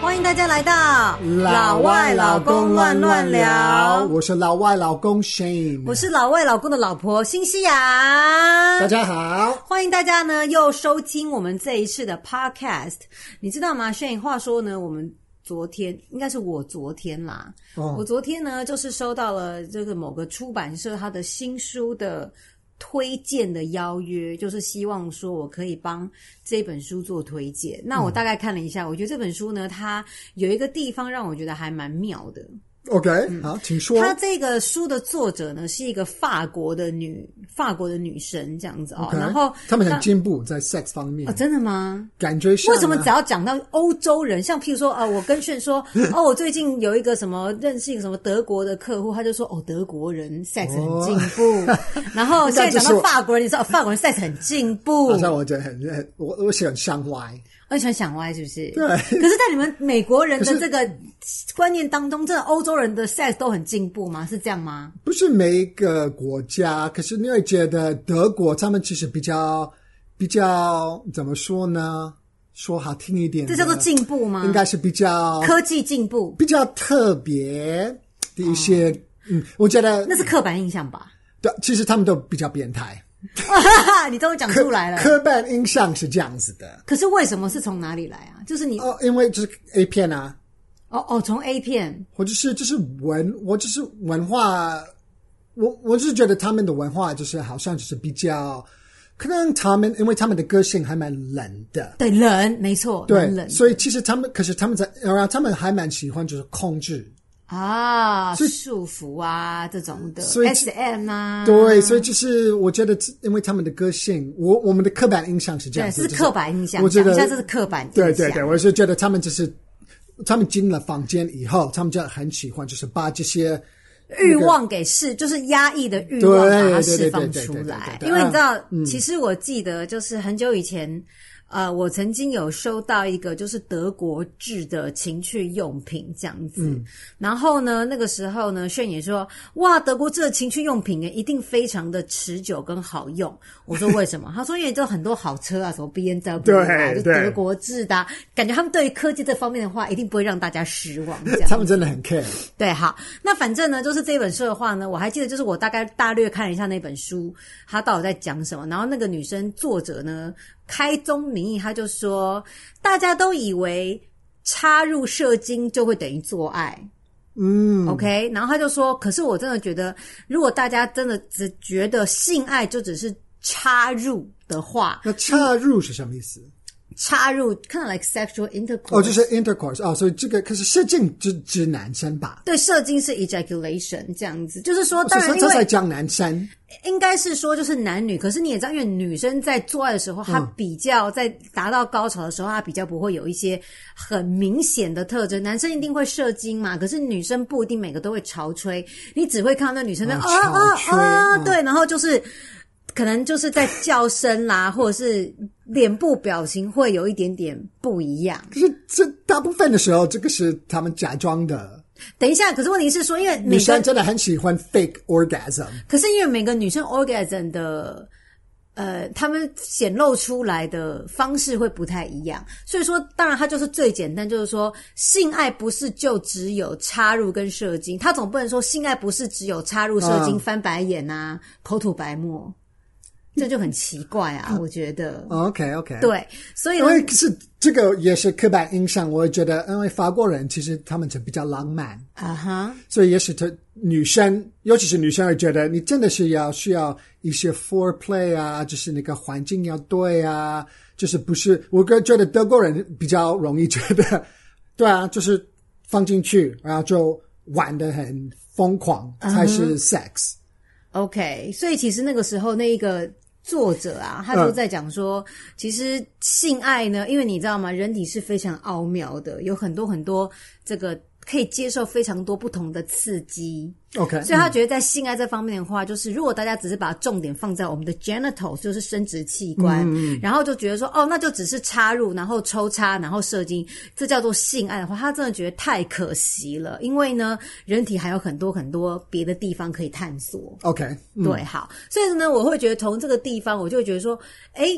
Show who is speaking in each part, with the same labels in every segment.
Speaker 1: 欢迎大家来到
Speaker 2: 老外老公乱乱聊，我是老外老公 Shane，
Speaker 1: 我是老外老公的老婆新西亚。
Speaker 2: 大家好，
Speaker 1: 欢迎大家呢又收听我们这一次的 Podcast。你知道吗？Shane，话说呢，我们昨天应该是我昨天啦，
Speaker 2: 哦
Speaker 1: 我昨天呢就是收到了这个某个出版社他的新书的。推荐的邀约就是希望说我可以帮这本书做推荐。那我大概看了一下，我觉得这本书呢，它有一个地方让我觉得还蛮妙的。
Speaker 2: ，OK，、好，
Speaker 1: 嗯
Speaker 2: 请说。
Speaker 1: 它这个书的作者呢是一个法国的女法国的女生这样子哦
Speaker 2: OK，
Speaker 1: 然后
Speaker 2: 他们很
Speaker 1: 那
Speaker 2: 进步在 sex 方面，
Speaker 1: 哦，真的吗？
Speaker 2: 感觉啊上
Speaker 1: 为什么
Speaker 2: 呢
Speaker 1: 只要讲到欧洲人，像譬如说，呃，我跟炫 说，哦，我最近有一个什么认识一个什么德国的客户，他就说，哦，德国人 sex 很进步。 然后现在讲到法国人，你说、哦、法国人 sex 很进步
Speaker 2: 好，像我觉得很很我我喜欢向歪，
Speaker 1: 完全想歪是不是？
Speaker 2: 对
Speaker 1: 可是，在你们美国人
Speaker 2: 可
Speaker 1: 的
Speaker 2: 是
Speaker 1: 这个观念当中，这欧洲人的 sex 都很进步吗？是这样吗？
Speaker 2: 不是每一个国家，可是你会觉得德国他们其实比较比较怎么说呢？说好听一点的，
Speaker 1: 这叫做啊进步吗？
Speaker 2: 应该是比较
Speaker 1: 科技进步，
Speaker 2: 比较特别的一些，嗯，我觉得
Speaker 1: 哦那是刻板印象吧？
Speaker 2: 对，其实他们都比较变态。
Speaker 1: 你终于讲
Speaker 2: 刻
Speaker 1: 出 来了。
Speaker 2: 刻板印象是这样子的
Speaker 1: 可是为什么是从哪里来啊？就是你
Speaker 2: 哦，因为就是 A 片啊，
Speaker 1: 哦哦，从 A 片
Speaker 2: 或者是就是文，我就是文化，我我是觉得他们的文化就是好像就是比较，可能他们因为他们的个性还蛮冷的，
Speaker 1: 对人没错，男
Speaker 2: 对，
Speaker 1: 人
Speaker 2: 所以其实他们，可是他们在，然后他们还蛮喜欢就是控制，
Speaker 1: 啊，束缚啊这种的
Speaker 2: 所以
Speaker 1: S M 啊，
Speaker 2: 对，所以就是我觉得，因为他们的个性，我我们的刻板印象是这样
Speaker 1: 对，这
Speaker 2: 子，
Speaker 1: 是
Speaker 2: 就是
Speaker 1: 刻板印象。
Speaker 2: 我觉
Speaker 1: 讲一
Speaker 2: 得
Speaker 1: 下这是刻板印象。
Speaker 2: 对对对，我是觉得他们就是，他们进了房间以后，他们就很喜欢，就是把这些
Speaker 1: 欲望给释，就是压抑的欲望，
Speaker 2: 对
Speaker 1: 把它
Speaker 2: 对
Speaker 1: 释
Speaker 2: 对
Speaker 1: 放
Speaker 2: 对对
Speaker 1: 出
Speaker 2: 对对
Speaker 1: 来。
Speaker 2: 对对啊嗯
Speaker 1: 因为你知道，其实我记得就是很久以前，呃，我曾经有收到一个就是德国制的情趣用品这样子。
Speaker 2: 嗯
Speaker 1: 然后呢，那个时候呢，炫也说：“哇，德国制的情趣用品一定非常的持久跟好用。”我说：“为什 么？”他说：“因为就很多好车啊，什么 B N W 啊，
Speaker 2: 对
Speaker 1: 就
Speaker 2: 对
Speaker 1: 德国制的啊、感觉他们对于科技这方面的话，一定不会让大家失望。”这样
Speaker 2: 他们真的很 care。
Speaker 1: 对，好，那反正呢，就是这本书的话呢，我还记得，就是我大概大略看了一下那本书，它到底在讲什么。然后那个女生作者呢，开宗明义，她就说，大家都以为插入射精就会等于做爱，
Speaker 2: 嗯
Speaker 1: OK，然后他就说，可是我真的觉得，如果大家真的只觉得性爱就只是插入的话，
Speaker 2: 那插入是什么意思？
Speaker 1: 嗯插入 kind of like sexual intercourse，、
Speaker 2: 哦，就是 intercourse 哦，所以这个可是射精只指男生吧？
Speaker 1: 对射精是 ejaculation 这样子，就是说，
Speaker 2: 哦所
Speaker 1: 哦当
Speaker 2: 以
Speaker 1: 然因
Speaker 2: 他
Speaker 1: 为
Speaker 2: 他在讲男生，
Speaker 1: 应该是说就是男女，可是你也知道，因为女生在做爱的时候，她
Speaker 2: 嗯
Speaker 1: 比较在达到高潮的时候，她比较不会有一些很明显的特征。男生一定会射精嘛，可是女生不一定每个都会潮吹，你只会看到那女生在
Speaker 2: 啊
Speaker 1: 啊啊
Speaker 2: 潮吹
Speaker 1: 啊，
Speaker 2: 嗯
Speaker 1: 对，然后就是。可能就是在叫声啦，或者是脸部表情会有一点点不一样。
Speaker 2: 可是这大部分的时候，这个是他们假装的。
Speaker 1: 等一下，可是问题是说，因为
Speaker 2: 女
Speaker 1: 每个
Speaker 2: 生真的很喜欢 fake orgasm，
Speaker 1: 可是因为每个女生 orgasm 的。呃，她们显露出来的方式会不太一样，所以说，当然它就是最简单，就是说，性爱不是就只有插入跟射精，它总不能说性爱不是只有插入射精、
Speaker 2: 嗯
Speaker 1: 翻白眼啊、口吐白沫，这就很奇怪啊，我觉得。
Speaker 2: OK OK，，
Speaker 1: 对，所以
Speaker 2: 哦
Speaker 1: 呢，
Speaker 2: 因为可是这个也是刻板印象，我觉得，因为法国人其实他们是比较浪漫，
Speaker 1: 啊哈，
Speaker 2: 所以也许他女生，尤其是女生，会觉得你真的是要需要一些 foreplay 啊，就是那个环境要对啊，就是不是我个觉得德国人比较容易觉得，对啊，就是放进去，然后就玩的很疯狂才
Speaker 1: 嗯
Speaker 2: 是 sex。
Speaker 1: OK，所以其实那个时候那一个作者啊，他就在讲说，其实性爱呢，因为你知道吗，人体是非常奥妙的，有很多很多这个可以接受非常多不同的刺激。
Speaker 2: OK，
Speaker 1: 所以他觉得在性爱这方面的话，就是如果大家只是把重点放在我们的 genitals，就是生殖器官，然后就觉得说哦，那就只是插入，然后抽插，然后射精，这叫做性爱的话，他真的觉得太可惜了，因为呢，人体还有很多很多别的地方可以探索。
Speaker 2: OK，嗯
Speaker 1: 对，好，所以呢，我会觉得从这个地方，我就会觉得说，哎，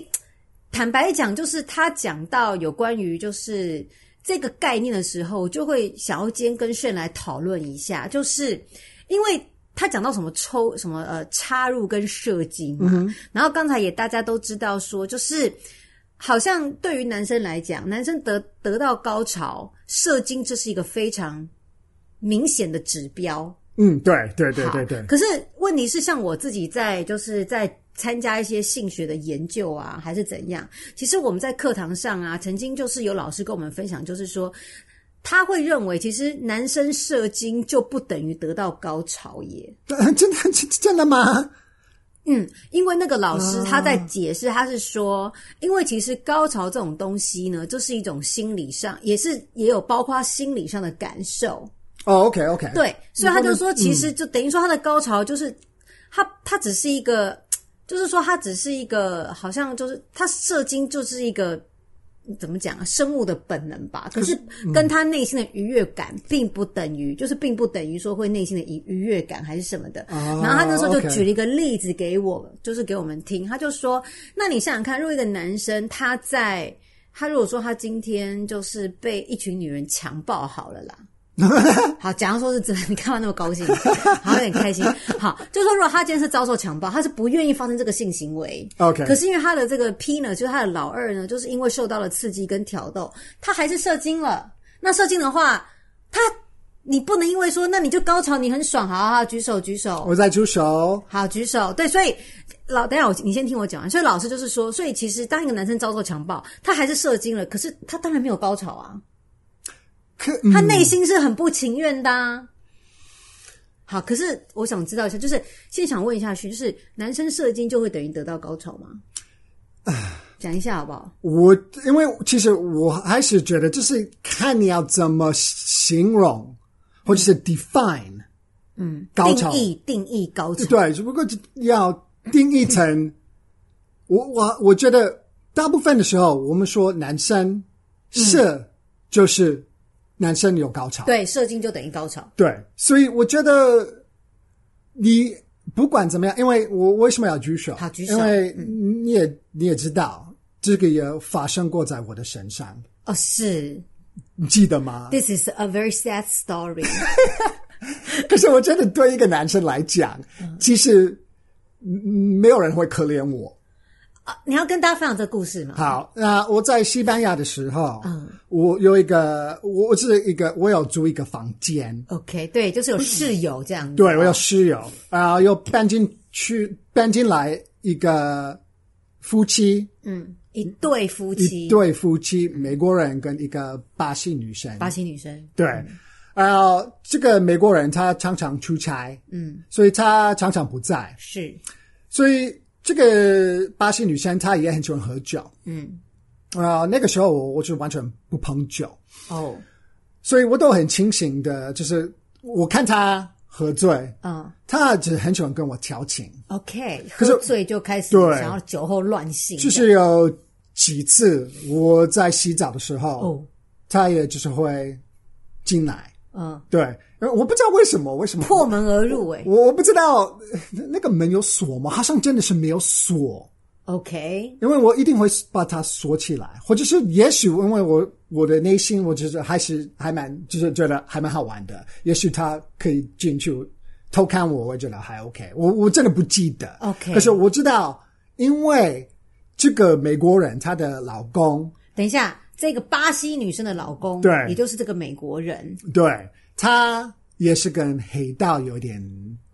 Speaker 1: 坦白讲，就是他讲到有关于就是这个概念的时候，我就会想要今天跟炫来讨论一下，就是因为。他讲到什么抽什么呃插入跟射精嘛，然后刚才也大家都知道说，就是好像对于男生来讲，男生得得到高潮射精，这是一个非常明显的指标。
Speaker 2: 嗯，对对对
Speaker 1: 好
Speaker 2: 对对，
Speaker 1: 可是问题是，像我自己在就是在参加一些性学的研究啊，还是怎样？其实我们在课堂上啊，曾经就是有老师跟我们分享，就是说。他会认为，其实男生射精就不等于得到高潮耶。
Speaker 2: 呃 真的真真的吗？
Speaker 1: 嗯，因为那个老师他在解释，他是说，因为其实高潮这种东西呢，这是一种心理上，也是也有包括心理上的感受。
Speaker 2: 哦，OK OK，
Speaker 1: 对，所以他就说，其
Speaker 2: 嗯
Speaker 1: 实就等于说他的高潮就是他他只是一个，就是说他只是一个，好像就是他射精就是一个。怎么讲啊？生物的本能吧，可是
Speaker 2: 嗯
Speaker 1: 跟他内心的愉悦感并不等于，就是并不等于说会内心的愉愉悦感还是什么的。
Speaker 2: 哦
Speaker 1: 然后他那时候就
Speaker 2: OK
Speaker 1: 举了一个例子给我，就是给我们听。他就说：“那你想想看，如果一个男生他在他如果说他今天就是被一群女人强暴好了啦，好，假如说是真的，你干嘛那么高兴？好像有点开心。好，就是说如果他今天是遭受强暴，他是不愿意发生这个性行为。
Speaker 2: OK
Speaker 1: 可是因为他的这个 P 呢，就是他的老二呢，就是因为受到了刺激跟挑逗，他还是射精了。那射精的话，他你不能因为说那你就高潮，你很爽，好好好，举手举手。
Speaker 2: 我在出手。
Speaker 1: 好，举手。对，所以老等一下我你先听我讲完。所以老师就是说，所以其实当一个男生遭受强暴，他还是射精了，可是他当然没有高潮啊，
Speaker 2: 可嗯
Speaker 1: 他内心是很不情愿的、啊。好，可是我想知道一下，就是现在想问一下徐，就是男生射精就会等于得到高潮吗？讲一下好不好？
Speaker 2: 我因为其实我还是觉得，就是看你要怎么形容，或者是 define，嗯，高潮
Speaker 1: 定义定义高潮，
Speaker 2: 对，只不过要定义成，我我我觉得大部分的时候，我们说男生
Speaker 1: 嗯
Speaker 2: 射、就是男生有高潮，
Speaker 1: 对，射精就等于高潮。
Speaker 2: 对，所以我觉得你不管怎么样，因为我为什么要举手？
Speaker 1: 好举手嗯
Speaker 2: 因为你也、你也知道，这个也发生过在我的身上，
Speaker 1: 哦，是
Speaker 2: 你记得吗？
Speaker 1: ，This is a very sad story。
Speaker 2: 可是我真的对一个男生来讲，其实嗯没有人会可怜我。
Speaker 1: 啊你要跟大家分享这个故事吗？
Speaker 2: 好，那我在西班牙的时候，
Speaker 1: 嗯
Speaker 2: 我有一个，我我是一个，我有租一个房间，
Speaker 1: OK，对，就是有室友这样子。
Speaker 2: 对我有室友，然后又搬进去，搬进来一个夫妻，
Speaker 1: 嗯，一对夫妻，
Speaker 2: 一对夫妻，美国人跟一个巴西女生，
Speaker 1: 巴西女生，
Speaker 2: 对，然后这个美国人他常常出差，
Speaker 1: 嗯，
Speaker 2: 所以他常常不在，
Speaker 1: 是，
Speaker 2: 所以这个巴西女生她也很喜欢喝酒，
Speaker 1: 嗯，
Speaker 2: 啊、那个时候我我是完全不碰酒。
Speaker 1: 哦，
Speaker 2: 所以我都很清醒的，就是我看他喝醉，
Speaker 1: 嗯
Speaker 2: 他只很喜欢跟我调情，
Speaker 1: ，OK，
Speaker 2: 可是
Speaker 1: 喝醉就开始
Speaker 2: 对
Speaker 1: 想要酒后乱性，
Speaker 2: 就是有几次我在洗澡的时候，
Speaker 1: 哦，
Speaker 2: 他也就是会进来，
Speaker 1: 嗯，
Speaker 2: 对，呃我不知道为什么，为什么
Speaker 1: 破门而入、欸，哎
Speaker 2: 我我不知道 呃那个门有锁吗？好像真的是没有锁，
Speaker 1: ，OK，
Speaker 2: 因为我一定会把它锁起来，或者是也许因为我我的内心，我就是还是还蛮就是觉得还蛮好玩的，也许他可以进去偷看我，我觉得还 OK，我我真的不记得
Speaker 1: OK
Speaker 2: 可是我知道，因为这个美国人她的老公
Speaker 1: 等一下，这个巴西女生的老公，
Speaker 2: 对
Speaker 1: 也就是这个美国人，
Speaker 2: 对他也是跟黑道有点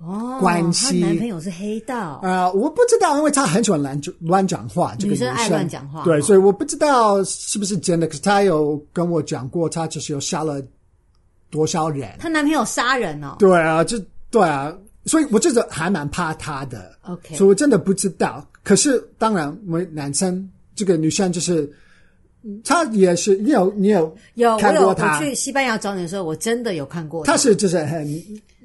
Speaker 1: 哦，
Speaker 2: 关系
Speaker 1: 她男朋友是黑道，
Speaker 2: 啊、我不知道，因为他很喜欢乱乱讲话，这个
Speaker 1: 女
Speaker 2: 生
Speaker 1: 生爱乱讲话
Speaker 2: 对，
Speaker 1: 哦
Speaker 2: 所以我不知道是不是真的。可是他有跟我讲过，他就是有杀了多少人，
Speaker 1: 她男朋友杀人哦，
Speaker 2: 对啊，这对啊，所以我就是还蛮怕他的。
Speaker 1: OK
Speaker 2: 所以我真的不知道。可是当然，我们男生这个女生就是，嗯她也是，你有你有
Speaker 1: 有，我
Speaker 2: 看
Speaker 1: 有
Speaker 2: 过
Speaker 1: 我
Speaker 2: 她，
Speaker 1: 去西班牙找你的时候，我真的有看过
Speaker 2: 她
Speaker 1: 她，
Speaker 2: 是就是很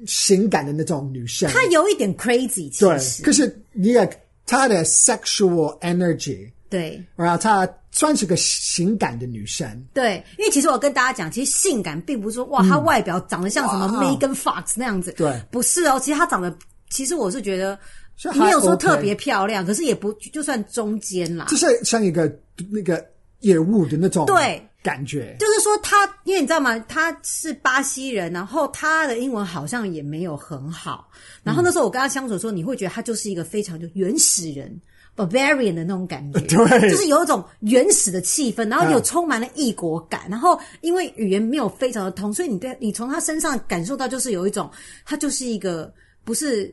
Speaker 2: 性感的那种女生，
Speaker 1: 她有一点 crazy，其
Speaker 2: 对。
Speaker 1: 实，
Speaker 2: 可是你也她的 sexual energy。
Speaker 1: 对。
Speaker 2: 然后她算是个性感的女生，
Speaker 1: 对，因为其实我跟大家讲，其实性感并不是说哇，她外表长得像什么
Speaker 2: 嗯哇
Speaker 1: Megan Fox 那样子，
Speaker 2: 对
Speaker 1: 不是哦。其实她长得，其实我是觉得
Speaker 2: 是还
Speaker 1: 没有说
Speaker 2: OK
Speaker 1: 特别漂亮，可是也不就算中间啦
Speaker 2: 就。是像一个那个业务的那种
Speaker 1: 对
Speaker 2: 感觉，
Speaker 1: 就是说他，因为你知道吗？他是巴西人，然后他的英文好像也没有很好。然后那时候我跟他相处的时候，你会觉得他就是一个非常就原始人。barbarian 的那种感觉，
Speaker 2: 对
Speaker 1: 就是有一种原始的气氛，然后
Speaker 2: 嗯
Speaker 1: 又充满了异国感，然后因为语言没有非常的通，所以你对你从他身上感受到就是有一种，他就是一个不是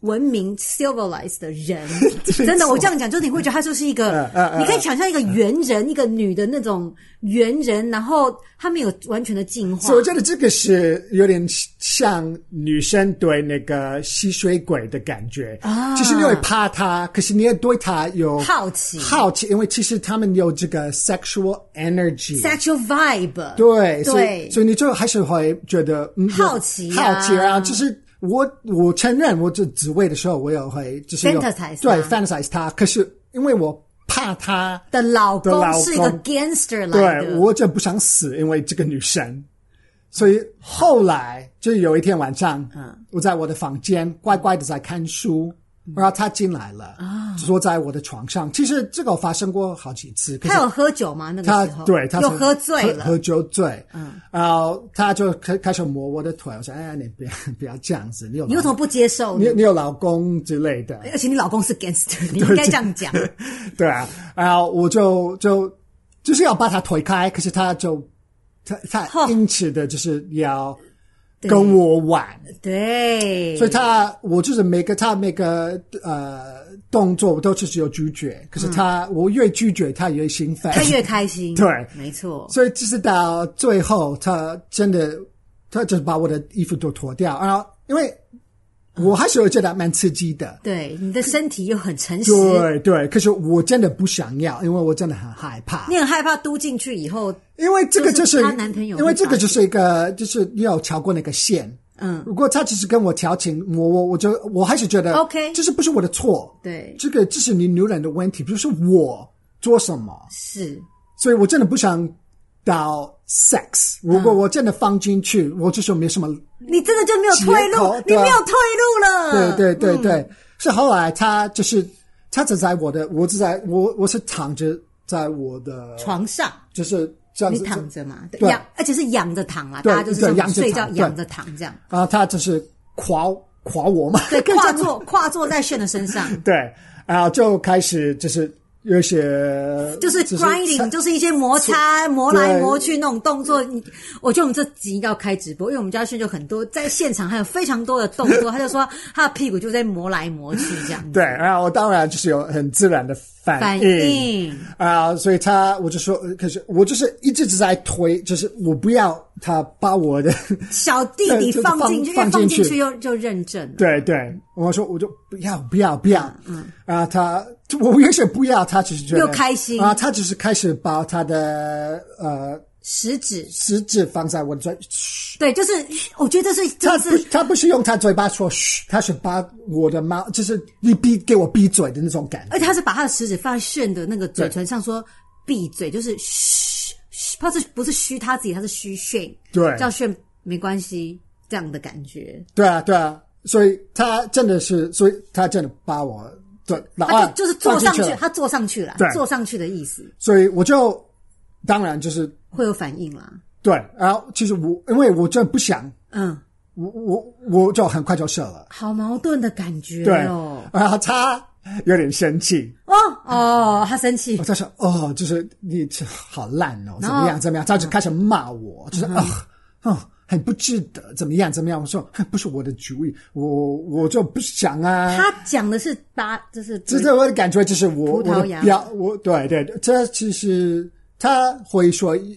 Speaker 1: 文明 civilized 的人，真的，我这样讲就是你会觉得他就是一个
Speaker 2: 嗯嗯，嗯
Speaker 1: 你可以想象一个猿人，一个女的那种猿人，然后他没有完全的进化
Speaker 2: 所以我，觉得这个是有点像女生对那个吸血鬼的感觉
Speaker 1: 啊
Speaker 2: 其实你会怕他，可是你也对他有
Speaker 1: 好奇
Speaker 2: 好奇，因为其实他们有这个 sexual energy。
Speaker 1: sexual vibe，
Speaker 2: 对，所以
Speaker 1: 对
Speaker 2: 所以你就还是会觉得嗯有
Speaker 1: 好奇啊
Speaker 2: 好奇啊，就是我我承认我这职位的时候，我也会就是有
Speaker 1: Fantasize
Speaker 2: 对
Speaker 1: 它
Speaker 2: fantasize 他，可是因为我怕他，
Speaker 1: 的老
Speaker 2: 的
Speaker 1: 公
Speaker 2: 老
Speaker 1: 是一个
Speaker 2: 公
Speaker 1: gangster 来的，
Speaker 2: 对我就不想死，因为这个女生。所以后来就有一天晚上，嗯，我在我的房间乖乖的在看书，
Speaker 1: 嗯
Speaker 2: 然后她进来了，啊，坐在我的床上。其实这个发生过好几次，可是
Speaker 1: 他有喝酒吗？那个
Speaker 2: 他
Speaker 1: 时候
Speaker 2: 对他
Speaker 1: 又
Speaker 2: 是
Speaker 1: 喝醉了，
Speaker 2: 喝喝酒醉，嗯，然后他就开开始摸我的腿，我说：“哎，你不要不要这样子，你有
Speaker 1: 你为什么不接受
Speaker 2: 你
Speaker 1: 呢？
Speaker 2: 你有老公之类的，
Speaker 1: 而且你老公是 gangster，你应该这样讲。
Speaker 2: 对啊。”然后我就就就是要把他推开，可是他就他他
Speaker 1: 哼
Speaker 2: 因此的就是要
Speaker 1: 对
Speaker 2: 跟我玩，
Speaker 1: 对，
Speaker 2: 所以
Speaker 1: 哦
Speaker 2: 他我就是每个他每个呃动作我都就是有拒绝，可是他、我越拒绝他越兴奋，
Speaker 1: 嗯他越开心。
Speaker 2: 对
Speaker 1: 没错。
Speaker 2: 所以就是到最后，他真的，他就把我的衣服都脱掉，然后因为我还是会觉得蛮刺激的，
Speaker 1: 对，你的身体又很诚实，
Speaker 2: 对对。可是我真的不想要，因为我真的很害怕
Speaker 1: 你，很害怕嘟进去以后，
Speaker 2: 因为这个就是
Speaker 1: 就是她男朋友会
Speaker 2: 因为这个就是一个就是要超过那个线。
Speaker 1: 嗯，
Speaker 2: 如果他只是跟我调情，我我我就我还是觉得
Speaker 1: OK
Speaker 2: 这是不是我的错？
Speaker 1: 对，
Speaker 2: 这个这是你女人的问题，不是我做什么。
Speaker 1: 是
Speaker 2: 所以我真的不想到 sex。如果我真的放进去，我就说没什么。
Speaker 1: 你真的就没有退路
Speaker 2: 借口，
Speaker 1: 你
Speaker 2: 对啊
Speaker 1: 没有退路了。
Speaker 2: 对对对对，
Speaker 1: 嗯
Speaker 2: 是后来他就是他只在我的，我只在我我是躺着在我的，
Speaker 1: 床上
Speaker 2: 就是这样
Speaker 1: 你
Speaker 2: 子
Speaker 1: 躺着嘛，对
Speaker 2: 对
Speaker 1: 仰，而且是仰着躺啦，
Speaker 2: 对
Speaker 1: 大家就是这
Speaker 2: 对仰
Speaker 1: 么
Speaker 2: 着躺
Speaker 1: 睡觉
Speaker 2: 对
Speaker 1: 仰着躺这样，
Speaker 2: 然后啊他就是垮垮我嘛，
Speaker 1: 对，跨坐跨坐在炫的身上，
Speaker 2: 对，然后就开始就是有一些
Speaker 1: 就是 grinding，就是一些摩擦、磨来
Speaker 2: 对
Speaker 1: 磨去那种动作。你我觉得我们这集要开直播，因为我们家轩就很多在现场，还有非常多的动 作。他就说他的屁股就在磨来磨去这样子。
Speaker 2: 对，然后我当然就是有很自然的反
Speaker 1: 反应
Speaker 2: 啊、所以他我就说，呃可是我就是一直在推，就是我不要他把我的，
Speaker 1: 小弟弟
Speaker 2: 对
Speaker 1: 放进去，
Speaker 2: 就放
Speaker 1: 越放进
Speaker 2: 放进去
Speaker 1: 去又就认证了。
Speaker 2: 对对，我说我就不要不要不要，嗯，然后他我也是不要，他只是觉得
Speaker 1: 又开心
Speaker 2: 啊，他只是开始把他的呃
Speaker 1: 食指，
Speaker 2: 食指放在我嘴，
Speaker 1: 对，就是我觉得这是
Speaker 2: 他
Speaker 1: 这
Speaker 2: 不
Speaker 1: 是
Speaker 2: 他不是用他嘴巴说嘘，他是把我的猫就是你闭给我闭嘴的那种感觉
Speaker 1: 而，且他是把他的食指放在炫的那个嘴唇上，说闭嘴，就是嘘嘘，他是不是嘘他自己，他是嘘炫，
Speaker 2: 对
Speaker 1: 叫炫没关系这样的感觉。
Speaker 2: 对啊对啊，所以他真的是，所以他真的把我对，
Speaker 1: 他
Speaker 2: 他
Speaker 1: 就就是坐上去，
Speaker 2: 了
Speaker 1: 他坐上去了
Speaker 2: 对，
Speaker 1: 坐上去的意思
Speaker 2: 所以我就当然就是
Speaker 1: 会有反应啦。
Speaker 2: 对，然后其实我因为我真的不想，
Speaker 1: 嗯，
Speaker 2: 我我我就很快就射了，
Speaker 1: 好矛盾的感觉
Speaker 2: 对，
Speaker 1: 哦。
Speaker 2: 然后他有点生气，
Speaker 1: 哦哦，他生气
Speaker 2: 我，他说哦，就是你这好烂哦，怎
Speaker 1: 然后嗯
Speaker 2: 么样怎么样，他就开始骂我，就是啊啊、哦很不值得，怎么样怎么样，我说哼不是我的主意，我我就不想啊。
Speaker 1: 他讲的是八，就是
Speaker 2: 这这我的感觉就是我我
Speaker 1: 葡萄
Speaker 2: 的
Speaker 1: 牙
Speaker 2: 标，我对对，这其实他会说，因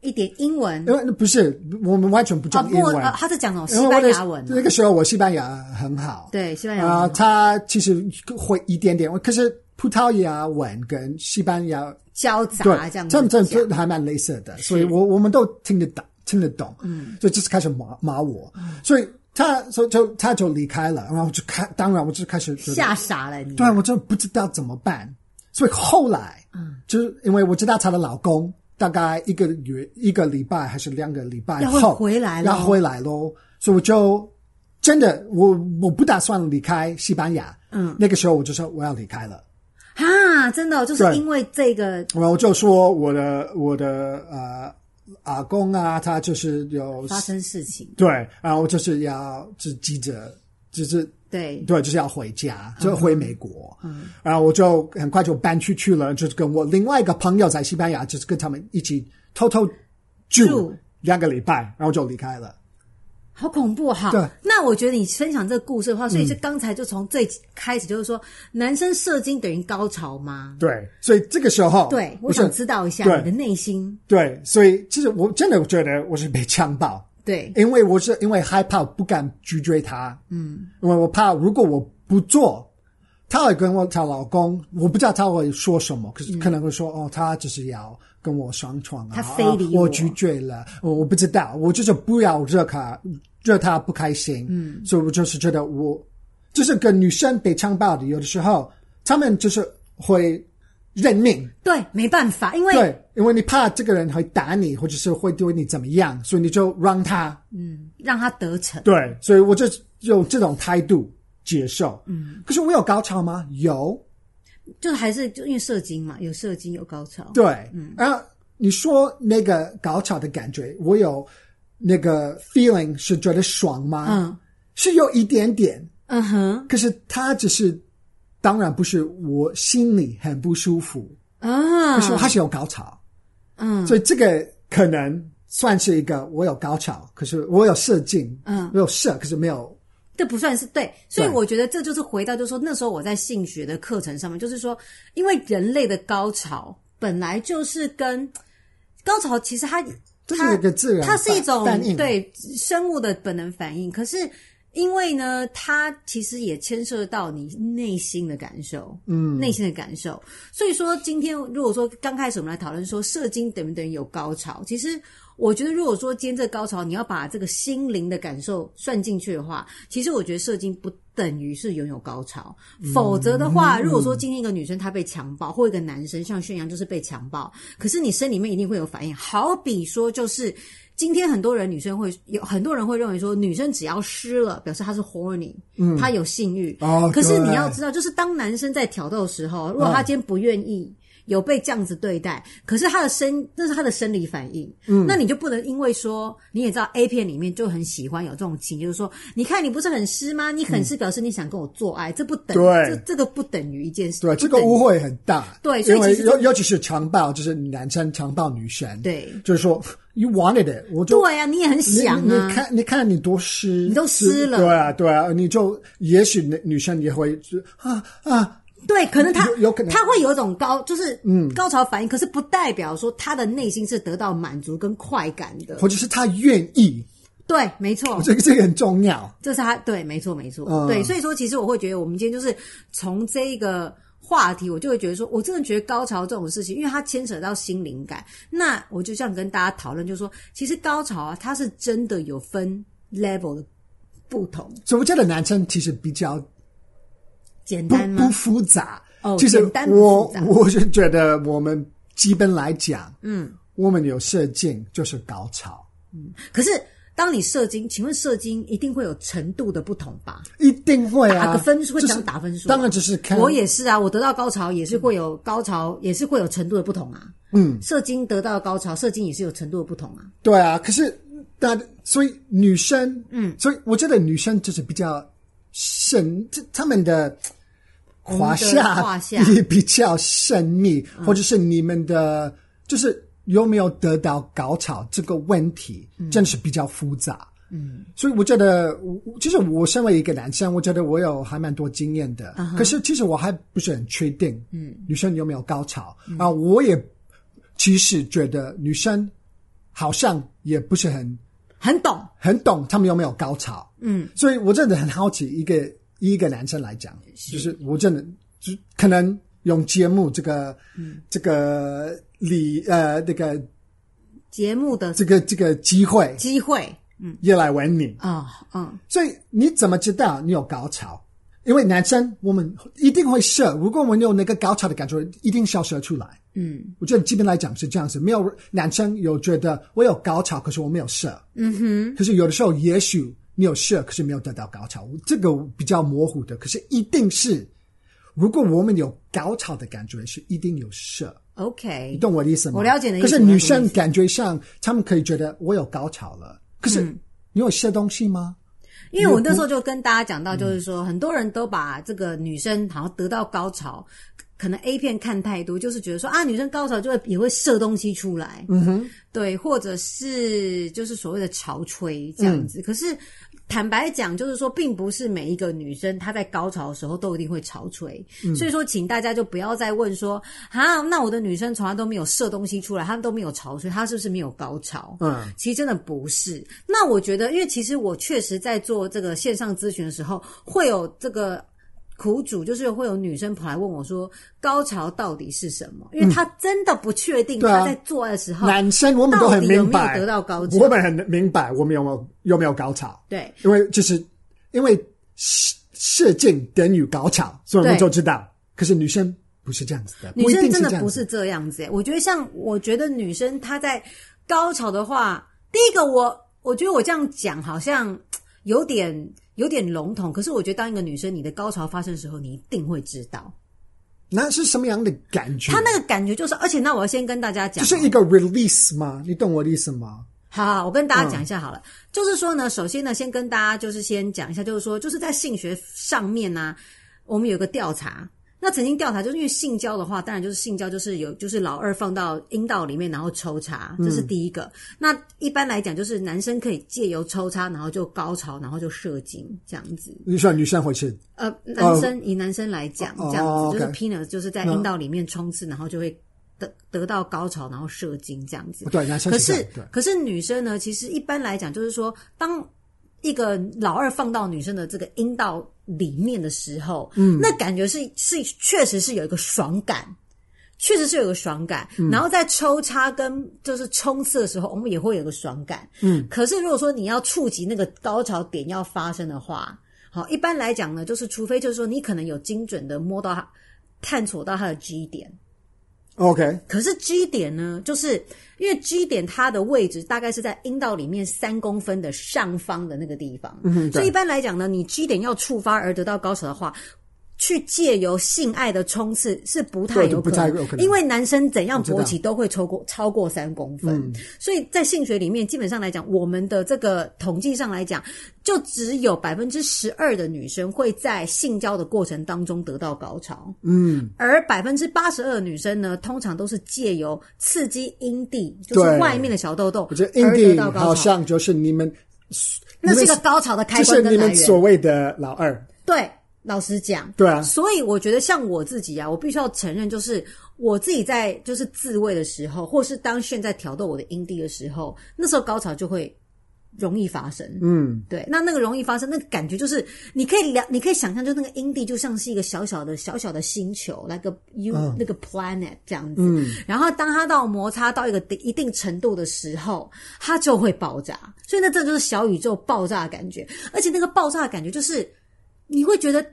Speaker 1: 一点英文
Speaker 2: 为不是我们完全不
Speaker 1: 啊，
Speaker 2: 讲英
Speaker 1: 不，
Speaker 2: 文，
Speaker 1: 呃他在讲那种
Speaker 2: 因
Speaker 1: 西
Speaker 2: 为我
Speaker 1: 班
Speaker 2: 的
Speaker 1: 牙文啊，
Speaker 2: 那个时候我西班牙很好，
Speaker 1: 对，西班牙
Speaker 2: 啊、
Speaker 1: 文。
Speaker 2: 他其实会一点点，可是葡萄牙文跟西班牙
Speaker 1: 交杂
Speaker 2: 对
Speaker 1: 这样
Speaker 2: 他
Speaker 1: 子
Speaker 2: 们这
Speaker 1: 讲，
Speaker 2: 这还蛮类似的，所以我我们都听得懂，听得懂，嗯，所以就是开始骂骂我，
Speaker 1: 嗯
Speaker 2: 所以他所以就他就离开了，然后我就开，当然我就开始觉得
Speaker 1: 吓傻了你。
Speaker 2: 对，啊我真的不知道怎么办。所以后来，嗯，就是因为我知道她的老公大概一个月、一个礼拜还是两个礼拜
Speaker 1: 要
Speaker 2: 后
Speaker 1: 回来咯
Speaker 2: 要回来喽，所以我就真的我我不打算离开西班牙。嗯，那个时候我就说我要离开了。
Speaker 1: 啊，啊，真的哦、就是
Speaker 2: 对
Speaker 1: 因为这个
Speaker 2: 然后就说我的我的呃阿公啊，他就是有
Speaker 1: 发生事情，
Speaker 2: 对，然后就是要就急着就是
Speaker 1: 对，
Speaker 2: 对，就是要回家，就回美国。嗯，然后我就很快就搬出去了，就是跟我另外一个朋友在西班牙，就是跟他们一起偷偷住
Speaker 1: 住
Speaker 2: 两个礼拜，然后就离开了。
Speaker 1: 好恐怖哦哈
Speaker 2: 对。嗯
Speaker 1: 那我觉得你分享这个故事的话，所以就刚才就从最开始就是说，男生射精等于高潮吗？
Speaker 2: 对，所以这个时候，
Speaker 1: 对，我
Speaker 2: 我哦是
Speaker 1: 想知道一下
Speaker 2: 对
Speaker 1: 你的内心。
Speaker 2: 对，所以其实我真的觉得我是被强暴，
Speaker 1: 对，
Speaker 2: 因为我是因为害怕不敢拒绝他，嗯，因为我怕如果我不做。她会跟我她老公，我不知道她会说什么，可是可能会说、哦，她就是要跟我上床啊，
Speaker 1: 她非礼
Speaker 2: 啊
Speaker 1: 我
Speaker 2: 我拒绝了，我我不知道，我就是不要惹她，惹她不开心，嗯，所以我就是觉得我就是跟女生被强暴的，有的时候他们就是会认命，
Speaker 1: 对，没办法，因为
Speaker 2: 对，因为你怕这个人会打你，或者是会对你怎么样，所以你就让他
Speaker 1: 让他得逞。
Speaker 2: 对，所以我就用这种态度接受。嗯，可是我有高潮吗？有，
Speaker 1: 就是还是就因为射精嘛，有射精有高潮，
Speaker 2: 对，嗯。然后你说那个高潮的感觉，我有那个 feeling 是觉得爽吗？
Speaker 1: 嗯，
Speaker 2: 是有一点点，
Speaker 1: 嗯哼，
Speaker 2: 可是它只是，当然不是我心里很不舒服，
Speaker 1: 啊
Speaker 2: 可是我还是有高潮，
Speaker 1: 嗯
Speaker 2: 所以这个可能算是一个我有高潮，可是我有射精，
Speaker 1: 嗯
Speaker 2: 我有射，可是没有
Speaker 1: 这不算是对，所以
Speaker 2: 对
Speaker 1: 我觉得这就是回到，就是说那时候我在性学的课程上面，就是说，因为人类的高潮本来就是跟高潮其实它
Speaker 2: 这是一个自然
Speaker 1: 它是一
Speaker 2: 反
Speaker 1: 种
Speaker 2: 反应
Speaker 1: 对生物的本能反应，可是因为呢，它其实也牵涉到你内心的感受，嗯，内心的感受。所以说，今天如果说刚开始我们来讨论说射精等不等于有高潮，其实我觉得，如果说今天这个高潮你要把这个心灵的感受算进去的话，其实我觉得射精不。等于是拥有高潮，否则的话，如果说今天一个女生她被强暴，或一个男生像宣扬就是被强暴，可是你身里面一定会有反应。好比说，就是今天很多人女生会有很多人会认为说，女生只要湿了，表示她是 horny，嗯，她有性欲。
Speaker 2: 哦嗯
Speaker 1: 可是
Speaker 2: 对
Speaker 1: 你要知道，就是当男生在挑逗的时候，如果他今天不愿意。有被这样子对待，可是他的生那是他的生理反应，嗯，那你就不能因为说你也知道 A 片里面就很喜欢有这种情，就是说你看你不是很湿吗？你很湿表示你想跟我做爱，这不等
Speaker 2: 嗯对
Speaker 1: 这这个不等于一件事，
Speaker 2: 对，
Speaker 1: 不
Speaker 2: 这个
Speaker 1: 等于
Speaker 2: 误会很大。
Speaker 1: 对所以
Speaker 2: 因为
Speaker 1: 其实就
Speaker 2: 尤尤其是强暴，就是男生强暴女生。
Speaker 1: 对
Speaker 2: 就是说 you wanted it，我就
Speaker 1: 对啊，你也很
Speaker 2: 你
Speaker 1: 想
Speaker 2: 你
Speaker 1: 啊，
Speaker 2: 看，你看你多湿，你
Speaker 1: 都湿了
Speaker 2: 对啊，对啊，你就也许女女生也会就啊啊，
Speaker 1: 对，可能他
Speaker 2: 有有可能
Speaker 1: 他会有一种高，就是嗯高潮反应，可是不代表说他的内心是得到满足跟快感的。
Speaker 2: 或者是她愿意，
Speaker 1: 对，没错，
Speaker 2: 这个这个很重要。
Speaker 1: 这是他对，没错，没错，
Speaker 2: 嗯
Speaker 1: 对。所以说，其实我会觉得，我们今天就是从这个话题，我就会觉得说，我真的觉得高潮这种事情，因为它牵扯到心灵感。那我就想跟大家讨论，就是说，其实高潮啊，它是真的有分 level 的不同，
Speaker 2: 所以我觉得男生其实比较
Speaker 1: 简
Speaker 2: 不
Speaker 1: 单
Speaker 2: 不
Speaker 1: 吗？
Speaker 2: 复杂。
Speaker 1: 哦
Speaker 2: 其实
Speaker 1: 简单不
Speaker 2: 我
Speaker 1: 复杂
Speaker 2: 我是觉得我们基本来讲，嗯，我们有射精就是高潮，
Speaker 1: 可是当你射精，请问射精一定会有程度的不同吧？
Speaker 2: 一定会啊，
Speaker 1: 打个分数会
Speaker 2: 就是
Speaker 1: 想打分数
Speaker 2: 当然只是看
Speaker 1: 我也是啊，我得到高潮也是会有高潮，也是会有程度的不同啊。嗯，射精得到的高潮，射精也是有程度的不同啊。
Speaker 2: 对啊，可是但所以女生，嗯，所以我觉得女生就是比较神，这他们的胯
Speaker 1: 我们
Speaker 2: 下
Speaker 1: 的嗯胯下
Speaker 2: 也比较神秘，或者是你们的，就是有没有得到高潮这个问题，
Speaker 1: 嗯
Speaker 2: 真的是比较复杂。嗯，所以我觉得，我其实我身为一个男生，我觉得我有还蛮多经验的。可是其实我还不是很确定，嗯，女生有没有高潮、啊？我也其实觉得女生好像也不是很
Speaker 1: 很懂，
Speaker 2: 很懂他们有没有高潮。嗯，所以我真的很好奇，一个一个男生来讲，就是我真的就可能用节目这个、这个理呃这个
Speaker 1: 节目的
Speaker 2: 这个这个机会
Speaker 1: 机会
Speaker 2: 也来问你，
Speaker 1: 啊、嗯，
Speaker 2: 所以你怎么知道你有高潮？因为男生我们一定会射，如果我们有那个高潮的感觉，一定消射出来。
Speaker 1: 嗯，
Speaker 2: 我觉得基本来讲是这样子，没有男生有觉得我有高潮，可是我没有射。嗯哼。可是有的时候，也许你有射，可是没有得到高潮，这个比较模糊的。可是一定是，如果我们有高潮的感觉，是一定有射。
Speaker 1: OK，
Speaker 2: 你懂我的意思吗？
Speaker 1: 我了解你的意
Speaker 2: 可
Speaker 1: 思
Speaker 2: 是女生感觉上，她们可以觉得我有高潮了，可是
Speaker 1: 嗯
Speaker 2: 你有些东西吗？
Speaker 1: 因为我那时候就跟大家讲到，就是说、很多人都把这个女生好像得到高潮，可能 A 片看太多，就是觉得说啊，女生高潮就会也会射东西出来，嗯哼，对，或者是就是所谓的潮吹这样子。可是坦白讲，就是说，并不是每一个女生她在高潮的时候都一定会潮吹，所以说，请大家就不要再问说啊，那我的女生从来都没有射东西出来，她们都没有潮吹，她是不是没有高潮？
Speaker 2: 嗯，
Speaker 1: 其实真的不是。那我觉得，因为其实我确实在做这个线上咨询的时候，会有这个苦主，就是会有女生跑来问我说，高潮到底是什么？因为她真的不确定
Speaker 2: 嗯对啊
Speaker 1: 她在做爱的时候，
Speaker 2: 男生我们都
Speaker 1: 到
Speaker 2: 很
Speaker 1: 底有
Speaker 2: 明
Speaker 1: 没有
Speaker 2: 白，
Speaker 1: 得到高潮
Speaker 2: 我？们很明白我们有没有有没有高潮，
Speaker 1: 对
Speaker 2: 因为就是因为射射精等于高潮，所以我们
Speaker 1: 对
Speaker 2: 就知道。可是女生不是这样子的，
Speaker 1: 女
Speaker 2: 不一定
Speaker 1: 生真的
Speaker 2: 是这样
Speaker 1: 不
Speaker 2: 子
Speaker 1: 是这样子、欸。我觉得像，我觉得女生她在高潮的话，第一个我我觉得我这样讲好像嘖有点有点笼统，可是我觉得当一个女生，你的高潮发生的时候，你一定会知道，
Speaker 2: 那是什么样的感觉？
Speaker 1: 她那个感觉就是，而且那我要先跟大家讲
Speaker 2: 嗯就
Speaker 1: 哦，
Speaker 2: 是一个 release 吗？你懂我的意思吗？
Speaker 1: 好好，我跟大家讲一下好了，
Speaker 2: 嗯
Speaker 1: 就是说呢，首先呢，先跟大家就是先讲一下，就是说，就是在性学上面呢、我们有个调查。那曾经调查，就是因为性交的话，当然就是性交就是有就是老二放到阴道里面，然后抽插，
Speaker 2: 嗯
Speaker 1: 这是第一个。那一般来讲，就是男生可以借由抽插，然后就高潮，然后就射精这样子。
Speaker 2: 你说女生会是
Speaker 1: 呃，男生、以男生来讲，
Speaker 2: 哦
Speaker 1: 这样子、
Speaker 2: 哦
Speaker 1: 就是
Speaker 2: OK 嗯
Speaker 1: penis 就是在阴道里面冲刺，然后就会得得到高潮，然后射精这样子。
Speaker 2: 对男生
Speaker 1: 可
Speaker 2: 是这
Speaker 1: 是
Speaker 2: 样对
Speaker 1: 可是女生呢，其实一般来讲，就是说，当一个老二放到女生的这个阴道里面的时候，嗯，那感觉是是确实是有一个爽感。确实是有个爽感，然后在抽插跟就是冲刺的时候，我们也会有个爽感。嗯，可是如果说你要触及那个高潮点要发生的话，好，一般来讲呢，就是除非就是说你可能有精准的摸到它，探索到它的 G 点，
Speaker 2: OK
Speaker 1: 可是 G 点呢，就是因为 G 点它的位置大概是在阴道里面三公分的上方的那个地方，
Speaker 2: 嗯哼对
Speaker 1: 所以一般来讲呢，你 G 点要触发而得到高潮的话。去借由性爱的冲刺是不太
Speaker 2: 对
Speaker 1: 有
Speaker 2: 不
Speaker 1: 可
Speaker 2: 太
Speaker 1: 能，
Speaker 2: 有可能
Speaker 1: 因为男生怎样
Speaker 2: 知道
Speaker 1: 勃起都会超过超过三公分，
Speaker 2: 嗯
Speaker 1: 所以在性学里面，基本上来讲，我们的这个统计上来讲，就只有百分之十二的女生会在性交的过程当中得到高潮。而百分之八十二的女生呢，通常都是借由刺激阴蒂，就是
Speaker 2: 对
Speaker 1: 外面的小豆豆，
Speaker 2: 我觉得
Speaker 1: 而
Speaker 2: 印
Speaker 1: 得
Speaker 2: 地
Speaker 1: 到
Speaker 2: 好
Speaker 1: 高潮。
Speaker 2: 像就是你们，
Speaker 1: 那是一
Speaker 2: 你
Speaker 1: 个
Speaker 2: 们
Speaker 1: 高潮的
Speaker 2: 就
Speaker 1: 开
Speaker 2: 是
Speaker 1: 关跟
Speaker 2: 你
Speaker 1: 来
Speaker 2: 们所
Speaker 1: 源。
Speaker 2: 谓的老二，
Speaker 1: 对，老实讲，
Speaker 2: 对啊
Speaker 1: 所以我觉得像我自己啊，我必须要承认，就是我自己在就是自慰的时候，或是当炫在挑逗我的阴蒂的时候，那时候高潮就会容易发生。
Speaker 2: 嗯，
Speaker 1: 对，那那个容易发生，那个感觉就是你可以了，你可以想象，就那个阴蒂就像是一个小小的、小小的星球，那个 you、那个 planet 这样子。然后当它到摩擦到一个一定程度的时候，它就会爆炸。所以那这就是小宇宙爆炸的感觉，而且那个爆炸的感觉就是你会觉得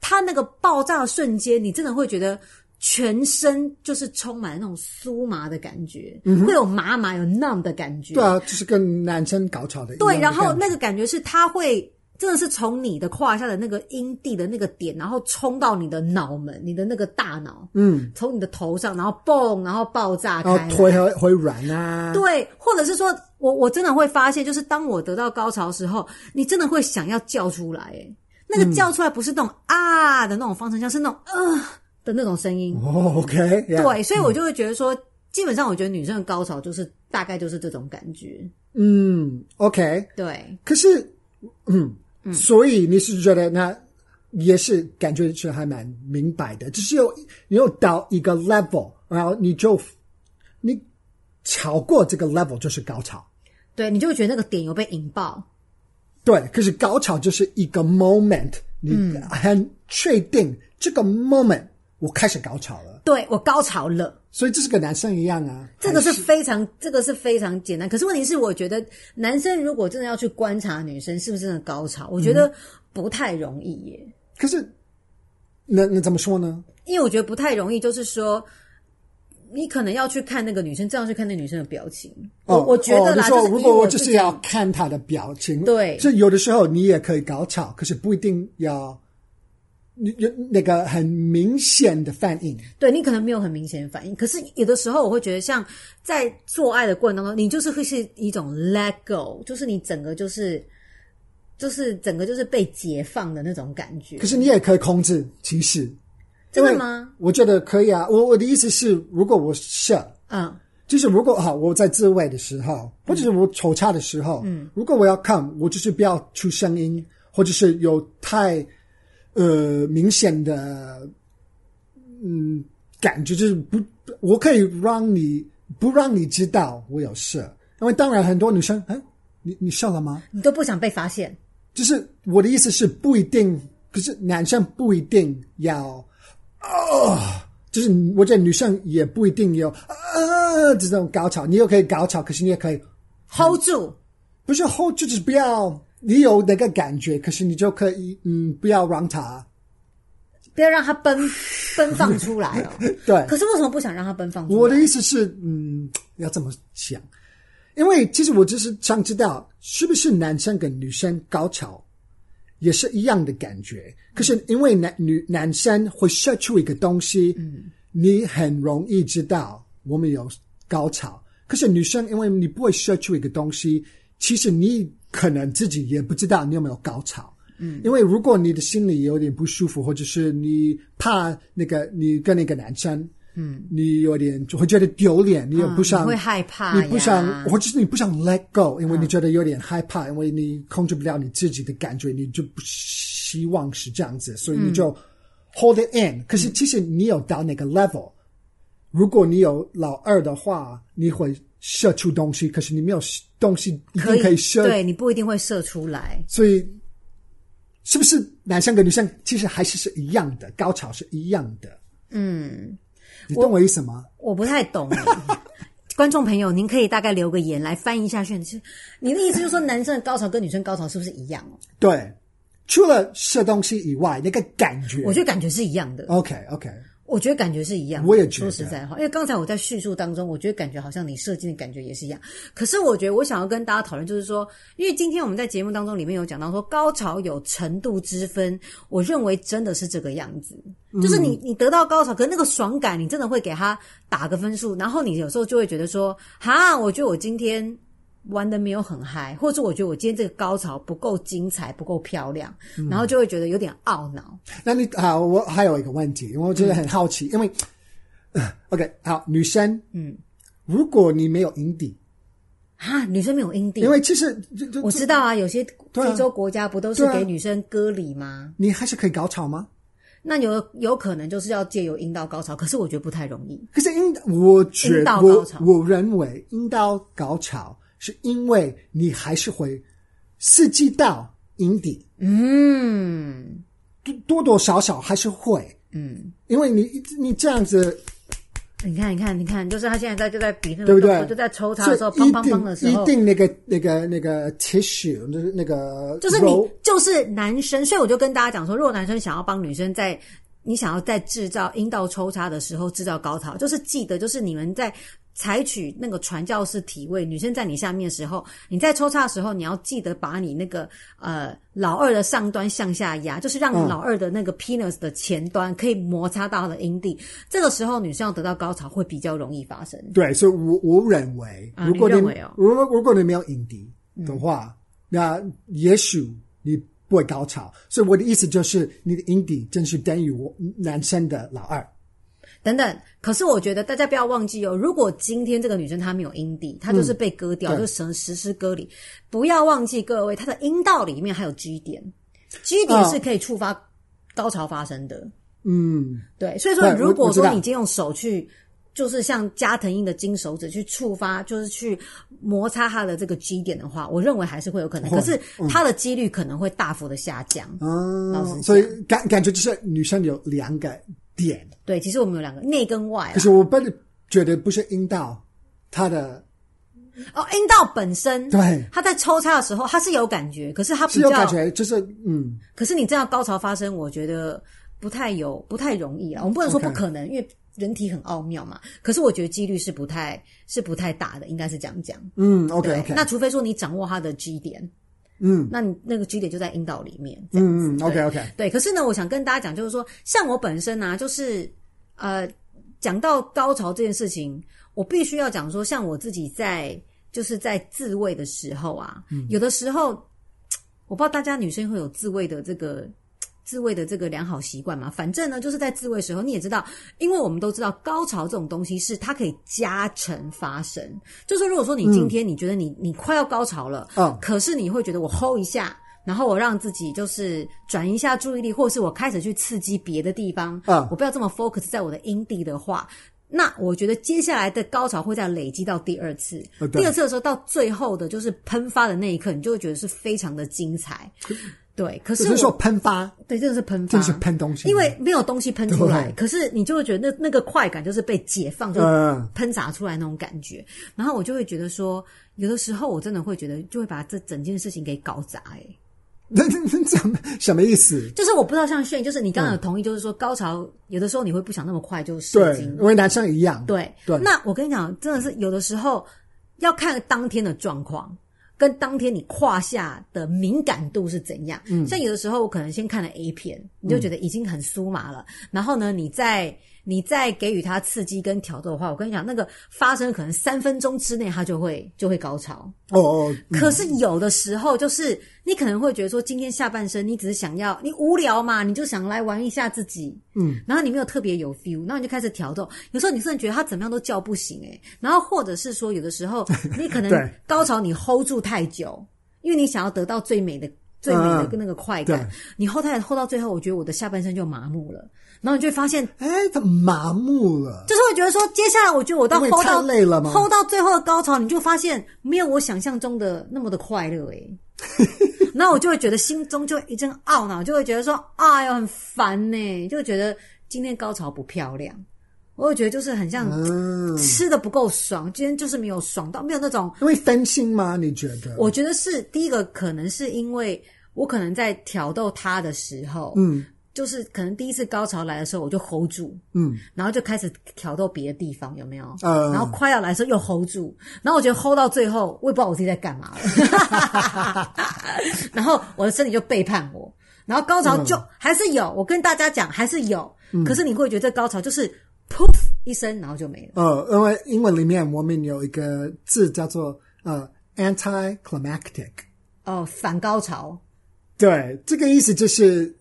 Speaker 1: 它那个爆炸的瞬间，你真的会觉得。全身就是充满那种酥麻的感觉，会有麻麻有 numb 的感觉。
Speaker 2: 对啊，就是跟男生高潮的一样的
Speaker 1: 对，然后
Speaker 2: 感觉
Speaker 1: 那个感觉是它会真的是从你的胯下的那个阴蒂的那个点，然后冲到你的脑门，你的那个大脑，
Speaker 2: 嗯，
Speaker 1: 从你的头上，然后嘣，然后爆炸开
Speaker 2: 然
Speaker 1: 来。
Speaker 2: 后腿会会软啊，
Speaker 1: 对，或者是说我我真的会发现，就是当我得到高潮的时候，你真的会想要叫出来，哎，那
Speaker 2: 嗯
Speaker 1: 个叫出来不是那种啊的那种方程像是那种呃的那种声音，
Speaker 2: 哦，OK，
Speaker 1: 对，，所以我就会觉得说，基本上我觉得女生的高潮就是大概就是这种感觉，
Speaker 2: 嗯，OK，
Speaker 1: 对。
Speaker 2: 可是，嗯，所以你是觉得那也是感觉是还蛮明白的，只是有你有到一个 level，然后你就你超过这个 level 就是高潮。
Speaker 1: 对，你就会觉得那个点有被引爆，
Speaker 2: 对，可是高潮就是一个 moment，你很确定这个 moment 我开始高潮了，
Speaker 1: 对我高潮了。
Speaker 2: 所以这是跟男生一样啊。
Speaker 1: 这个
Speaker 2: 还
Speaker 1: 是非常，这个是非常简单。可是问题是，我觉得男生如果真的要去观察女生是不是真的高潮，我觉
Speaker 2: 嗯
Speaker 1: 得不太容易耶。
Speaker 2: 可是那那怎么说呢？
Speaker 1: 因为我觉得不太容易，就是说，你可能要去看那个女生，这样去看那女生的表情。我我觉得
Speaker 2: 哦、
Speaker 1: 啦，
Speaker 2: 你说
Speaker 1: 就是
Speaker 2: 如
Speaker 1: 以
Speaker 2: 果我
Speaker 1: 自
Speaker 2: 就
Speaker 1: 己
Speaker 2: 是要看他的表情，
Speaker 1: 对
Speaker 2: 所以有的时候你也可以高潮，可是不一定要有那个很明显的反应。
Speaker 1: 对你可能没有很明显的反应，可是有的时候我会觉得，像在做爱的过程当中，你就是会是一种 let go，就是你整个就是就是整个就是被解放的那种感觉。
Speaker 2: 可是你也可以控制，其实
Speaker 1: 真的吗？
Speaker 2: 我觉得可以啊。我我的意思是，如果我射，
Speaker 1: 嗯，
Speaker 2: 就是如果好，我在自慰的时候，或者是我抽插的时候，嗯，如果我要看，我就是不要出声音，或者是有太呃明显的嗯感觉，就是不，我可以让你不让你知道我有事，因为当然很多女生，哎，你你笑了吗？
Speaker 1: 你都不想被发现。
Speaker 2: 就是我的意思是不一定，可是男生不一定要哦，就是我觉得女生也不一定有啊这种高潮，你又可以高潮，可是你也可以
Speaker 1: hold 住，
Speaker 2: 不是后就是不要你有那个感觉，可是你就可以嗯不要让它
Speaker 1: 不要让它奔 奔放出来哦。
Speaker 2: 对。
Speaker 1: 可是为什么不想让它奔放出来？
Speaker 2: 我的意思是，嗯，要这么想，因为其实我只是想知道，是不是男生跟女生高潮也是一样的感觉？可是因为男女男生会射出一个东西，嗯，你很容易知道我们有高潮。可是女生，因为你不会射出一个东西，其实你可能自己也不知道你有没有高潮。嗯，因为如果你的心里有点不舒服，或者是你怕那个你跟那个男生，嗯，你有点就会觉得丢脸，你也不想，
Speaker 1: 嗯你会害怕
Speaker 2: 你不想
Speaker 1: 呀，
Speaker 2: 或者是你不想 let go，因为你觉得有点害怕，因为你控制不了你自己的感觉，你就不希望是这样子，所以你就 hold it in。可是其实你有到那个 level，如果你有老二的话，你会射出东西，可是你没有东西一定可以射
Speaker 1: 对你不一定会射出来。
Speaker 2: 所以是不是男生跟女生其实还是是一样的，高潮是一样的？嗯，你懂我意思吗？
Speaker 1: 我不太懂。欸 观众朋友，您可以大概留个言来翻译一下炫，就是你的意思就是说，男生的高潮跟女生高潮是不是一样哦？
Speaker 2: 对，除了射东西以外，那个感觉，
Speaker 1: 我觉得感觉是一样的，嗯
Speaker 2: OK OK，
Speaker 1: 我觉得感觉是一样的。
Speaker 2: 我也觉
Speaker 1: 说
Speaker 2: 得
Speaker 1: 实在话，因为刚才我在叙述当中，我觉得感觉好像你射精的感觉也是一样。可是我觉得我想要跟大家讨论，就是说，因为今天我们在节目当中里面有讲到说，高潮有程度之分，我认为真的是这个样子，
Speaker 2: 嗯
Speaker 1: 就是你你得到高潮，可是那个爽感，你真的会给他打个分数，然后你有时候就会觉得说，哈，我觉得我今天。玩的没有很嗨，或者我觉得我今天这个高潮不够精彩、不够漂亮，然后就会觉得有点懊恼。
Speaker 2: 那你啊，我还有一个问题，因为我觉得很好奇，因为呃 OK 好，女生，嗯，如果你没有营底，
Speaker 1: 啊，女生没有阴蒂，
Speaker 2: 因为其实就就
Speaker 1: 我知道啊，有些
Speaker 2: 对啊
Speaker 1: 非洲国家不都
Speaker 2: 对
Speaker 1: 是
Speaker 2: 啊
Speaker 1: 给女生割礼吗？
Speaker 2: 你还是可以高潮吗？
Speaker 1: 那有有可能就是要借由阴道高潮，可是我觉得不太容易。
Speaker 2: 可是阴，我觉
Speaker 1: 阴道
Speaker 2: 我
Speaker 1: 高潮
Speaker 2: 我认为阴道高潮是因为你还是会刺激到阴蒂，
Speaker 1: 嗯，
Speaker 2: 多多多少少还是会，嗯，因为你你这样子，
Speaker 1: 嗯你看，你看，你看，就是他现在在就在比那个
Speaker 2: 对不
Speaker 1: 动
Speaker 2: 对
Speaker 1: 作？就在抽插
Speaker 2: 所
Speaker 1: 的
Speaker 2: 以
Speaker 1: 时候，砰
Speaker 2: 一
Speaker 1: 砰砰的时
Speaker 2: 定一
Speaker 1: 候，
Speaker 2: 定那个那个那个 tissue 就是那个
Speaker 1: 就是你
Speaker 2: 柔
Speaker 1: 就是男生，所以我就跟大家讲说，如果男生想要帮女生在你想要在制造阴道抽插的时候制造高潮，就是记得就是你们在。采取那个传教士体位，女生在你下面的时候，你在抽插的时候，你要记得把你那个呃老二的上端向下压，就是让
Speaker 2: 嗯
Speaker 1: 老二的那个 penis 的前端可以摩擦到他的阴蒂。这个时候，女生要得到高潮会比较容易发生。
Speaker 2: 对，所以我我认为，
Speaker 1: 啊
Speaker 2: 如果
Speaker 1: 你
Speaker 2: 你
Speaker 1: 认为哦嗯
Speaker 2: 如果如果你没有影敌的话，那也许你不会高潮。所以我的意思就是，你的影敌真是等于我男生的老二。
Speaker 1: 等等，可是我觉得大家不要忘记哦，如果今天这个女生她没有阴蒂，她就是被割掉，
Speaker 2: 对
Speaker 1: 就实实施割礼。不要忘记各位，她的阴道里面还有 G 点，G 点
Speaker 2: 哦
Speaker 1: 是可以触发高潮发生的。
Speaker 2: 嗯，
Speaker 1: 对，所以说
Speaker 2: 对
Speaker 1: 如
Speaker 2: 我
Speaker 1: 果
Speaker 2: 我知
Speaker 1: 说
Speaker 2: 道
Speaker 1: 你今天用手去，就是像加藤鹰的金手指去触发，就是去摩擦它的这个 G 点的话，我认为还是会有可能，
Speaker 2: 会嗯
Speaker 1: 可是它的几率可能会大幅的下降。老实
Speaker 2: 啊，
Speaker 1: 讲
Speaker 2: 所以感感觉就是女生有两个点，
Speaker 1: 对，其实我们有两个内跟外啊
Speaker 2: 可，是我本觉得不是阴道，它的
Speaker 1: 哦，阴道本身
Speaker 2: 对
Speaker 1: 他在抽插的时候，他是有感觉，可是他嗯比
Speaker 2: 是有
Speaker 1: 较，
Speaker 2: 感觉，就是嗯，
Speaker 1: 可是你这样高潮发生，我觉得不太有，不太容易啊啦。我们不能说
Speaker 2: OK
Speaker 1: 不可能因为人体很奥妙嘛。可是我觉得几率是不太是不太大的，应该是这样讲。
Speaker 2: 嗯，OK
Speaker 1: 对
Speaker 2: OK，
Speaker 1: 那除非说你掌握他的基点，嗯，那你那个 G 点就在阴道里面，这样
Speaker 2: 嗯嗯
Speaker 1: 对
Speaker 2: ，OK OK，
Speaker 1: 对，可是呢，我想跟大家讲，就是说，像我本身啊，就是呃，讲到高潮这件事情，我必须要讲说，像我自己在就是在自慰的时候啊，有的时候我不知道大家女生会有自慰的这个。自慰的这个良好习惯嘛，反正呢，就是在自慰的时候，你也知道，因为我们都知道高潮这种东西是它可以加成发生，就是说，如果说你今天你觉得你、你快要高潮了，
Speaker 2: 嗯
Speaker 1: 可是你会觉得我 hold 一下，然后我让自己就是转移一下注意力，或是我开始去刺激别的地方，
Speaker 2: 嗯
Speaker 1: 我不要这么 focus 在我的阴蒂的话。那我觉得接下来的高潮会再累积到第二次，
Speaker 2: 呃对
Speaker 1: 第二次的时候到最后的就是喷发的那一刻，你就会觉得是非常的精彩，对。可
Speaker 2: 只
Speaker 1: 是
Speaker 2: 是
Speaker 1: 我
Speaker 2: 说喷发，
Speaker 1: 对，真的是喷发，
Speaker 2: 真是喷东西，
Speaker 1: 因为没有东西喷出来
Speaker 2: 对，
Speaker 1: 可是你就会觉得那那个快感就是被解放，就是
Speaker 2: 嗯
Speaker 1: 喷洒出来那种感觉。然后我就会觉得说，有的时候我真的会觉得，就会把这整件事情给搞砸、欸。哎，
Speaker 2: 那那那怎么 什么意思？
Speaker 1: 就是我不知道像炫，就是你刚刚有同意，就是说高潮有的时候你会不想那么快就射
Speaker 2: 对
Speaker 1: 精，，
Speaker 2: 因为男生一样，
Speaker 1: 对，
Speaker 2: 对
Speaker 1: 那我跟你讲，真的是有的时候要看当天的状况。跟当天你胯下的敏感度是怎样？像有的时候我可能先看了 A 片，你就觉得已经很酥麻了，然后呢，你再你再给予它刺激跟挑逗的话，我跟你讲，那个发生可能三分钟之内它就会就会高潮。
Speaker 2: 哦哦，
Speaker 1: 可是有的时候，就是你可能会觉得说，今天下半身你只是想要你无聊嘛，你就想来玩一下自己，嗯，然后你没有特别有 feel，然后你就开始挑逗。有时候你真的觉得他怎么样都叫不醒诶、然后或者是说，有的时 候你可能
Speaker 2: 对
Speaker 1: 高潮你 hold 住太久，因为你想要得到最美的。最美的那个快感，
Speaker 2: 嗯对
Speaker 1: 你 hold 太 hold 到最后，我觉得我的下半身就麻木了，然后你就会发现
Speaker 2: 哎，他麻木了，
Speaker 1: 就是会觉得说，接下来我觉得我到
Speaker 2: 因为
Speaker 1: hold 到
Speaker 2: 太累了吗
Speaker 1: h o l d 到最后的高潮，你就发现没有我想象中的那么的快乐诶、 然后我就会觉得心中就一阵懊恼，就会觉得说，哎呦很烦呢、欸就会觉得今天高潮不漂亮，我会觉得就是很像
Speaker 2: 嗯，
Speaker 1: 吃的不够爽，今天就是没有爽到，没有那种
Speaker 2: 因为分心吗？你觉得？
Speaker 1: 我觉得是第一个，可能是因为我可能在挑逗他的时候，嗯，就是可能第一次高潮来的时候，我就 hold 住，嗯，然后就开始挑逗别的地方，有没有？
Speaker 2: 嗯
Speaker 1: 然后快要来的时候又 hold 住，然后我觉得 hold 到最后，我也不知道我自己在干嘛 了，然后我的身体就背叛我，然后高潮就、
Speaker 2: 嗯
Speaker 1: 还是有，我跟大家讲还是有，可是你会觉得这高潮就是噗一声，然后就没了。
Speaker 2: 呃，因为英文里面我们有一个字叫做呃 anticlimactic，
Speaker 1: 哦，反高潮，
Speaker 2: 对，这个意思就是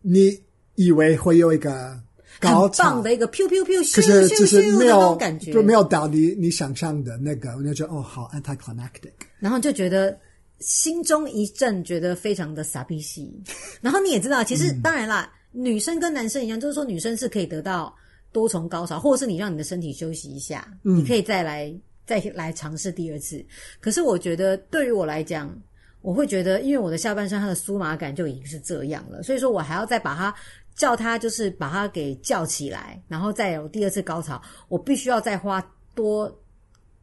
Speaker 2: 你以为会有一个高
Speaker 1: 很
Speaker 2: 潮
Speaker 1: 棒的一个 pew pew pew，咻
Speaker 2: 可是
Speaker 1: 咻
Speaker 2: 就是
Speaker 1: 咻的
Speaker 2: 没
Speaker 1: 那
Speaker 2: 有
Speaker 1: 种感觉，
Speaker 2: 就没有到你你想象的那个，我就觉得哦，好 anticlimactic。
Speaker 1: 然后就觉得心中一震，觉得非常的傻逼兮。 然后你也知道，其实当然啦，女生跟男生一样，就是说女生是可以得到多重高潮，或者是你让你的身体休息一下，你可以再来再来尝试第二次。可是我觉得对于我来讲，我会觉得，因为我的下半身它的酥麻感就已经是这样了，所以说我还要再把它叫它，就是把它给叫起来，然后再有第二次高潮，我必须要再花多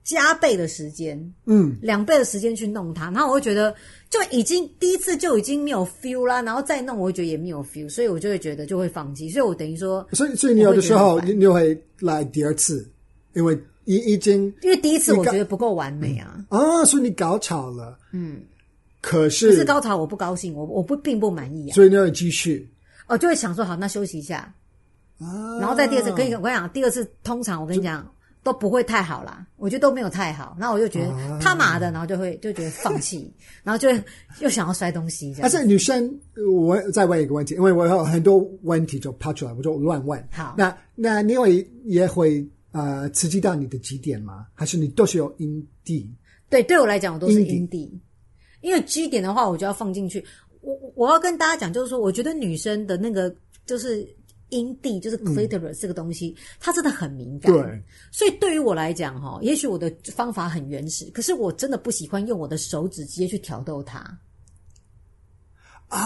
Speaker 1: 加倍的时间，
Speaker 2: 嗯，
Speaker 1: 两倍的时间去弄它，然后我会觉得就已经第一次就已经没有 feel 啦，然后再弄我会觉得也没有 feel，所以我就会觉得就会放弃，所以我等于说，
Speaker 2: 所以，所以你有的时
Speaker 1: 我
Speaker 2: 候
Speaker 1: 会觉得
Speaker 2: 你你会来第二次，因为已已经
Speaker 1: 因为第一次我
Speaker 2: 你
Speaker 1: 觉
Speaker 2: 刚
Speaker 1: 得不够完美啊，
Speaker 2: 啊，所以你高潮了，嗯，可
Speaker 1: 不
Speaker 2: 是
Speaker 1: 是高潮我不高兴，我我不并不满意啊，
Speaker 2: 所以你会继续
Speaker 1: 哦就会想说好那休息一下，
Speaker 2: 啊，
Speaker 1: 然后再第二次，跟你我跟你讲，第二次通常我跟你讲都不会太好啦，我觉得都没有太好，然后我就觉得
Speaker 2: 啊
Speaker 1: 他妈的，然后就会就觉得放弃，然后就会又想要摔东西这
Speaker 2: 而
Speaker 1: 样。
Speaker 2: 且女生，我再问一个问题，因为我有很多问题就跑出来，我就乱问。
Speaker 1: 好
Speaker 2: 那那你会也会呃刺激到你的几点吗？还是你都是有阴蒂？
Speaker 1: 对，对我来讲，我都是
Speaker 2: 阴蒂
Speaker 1: 阴蒂，因为 G 点的话，我就要放进去。我我我要跟大家讲，就是说，我觉得女生的那个就是阴蒂，就是 clitoris 这个东西，它真的很敏感。
Speaker 2: 嗯对，
Speaker 1: 所以对于我来讲，哈，也许我的方法很原始，可是我真的不喜欢用我的手指直接去挑逗它。
Speaker 2: 啊，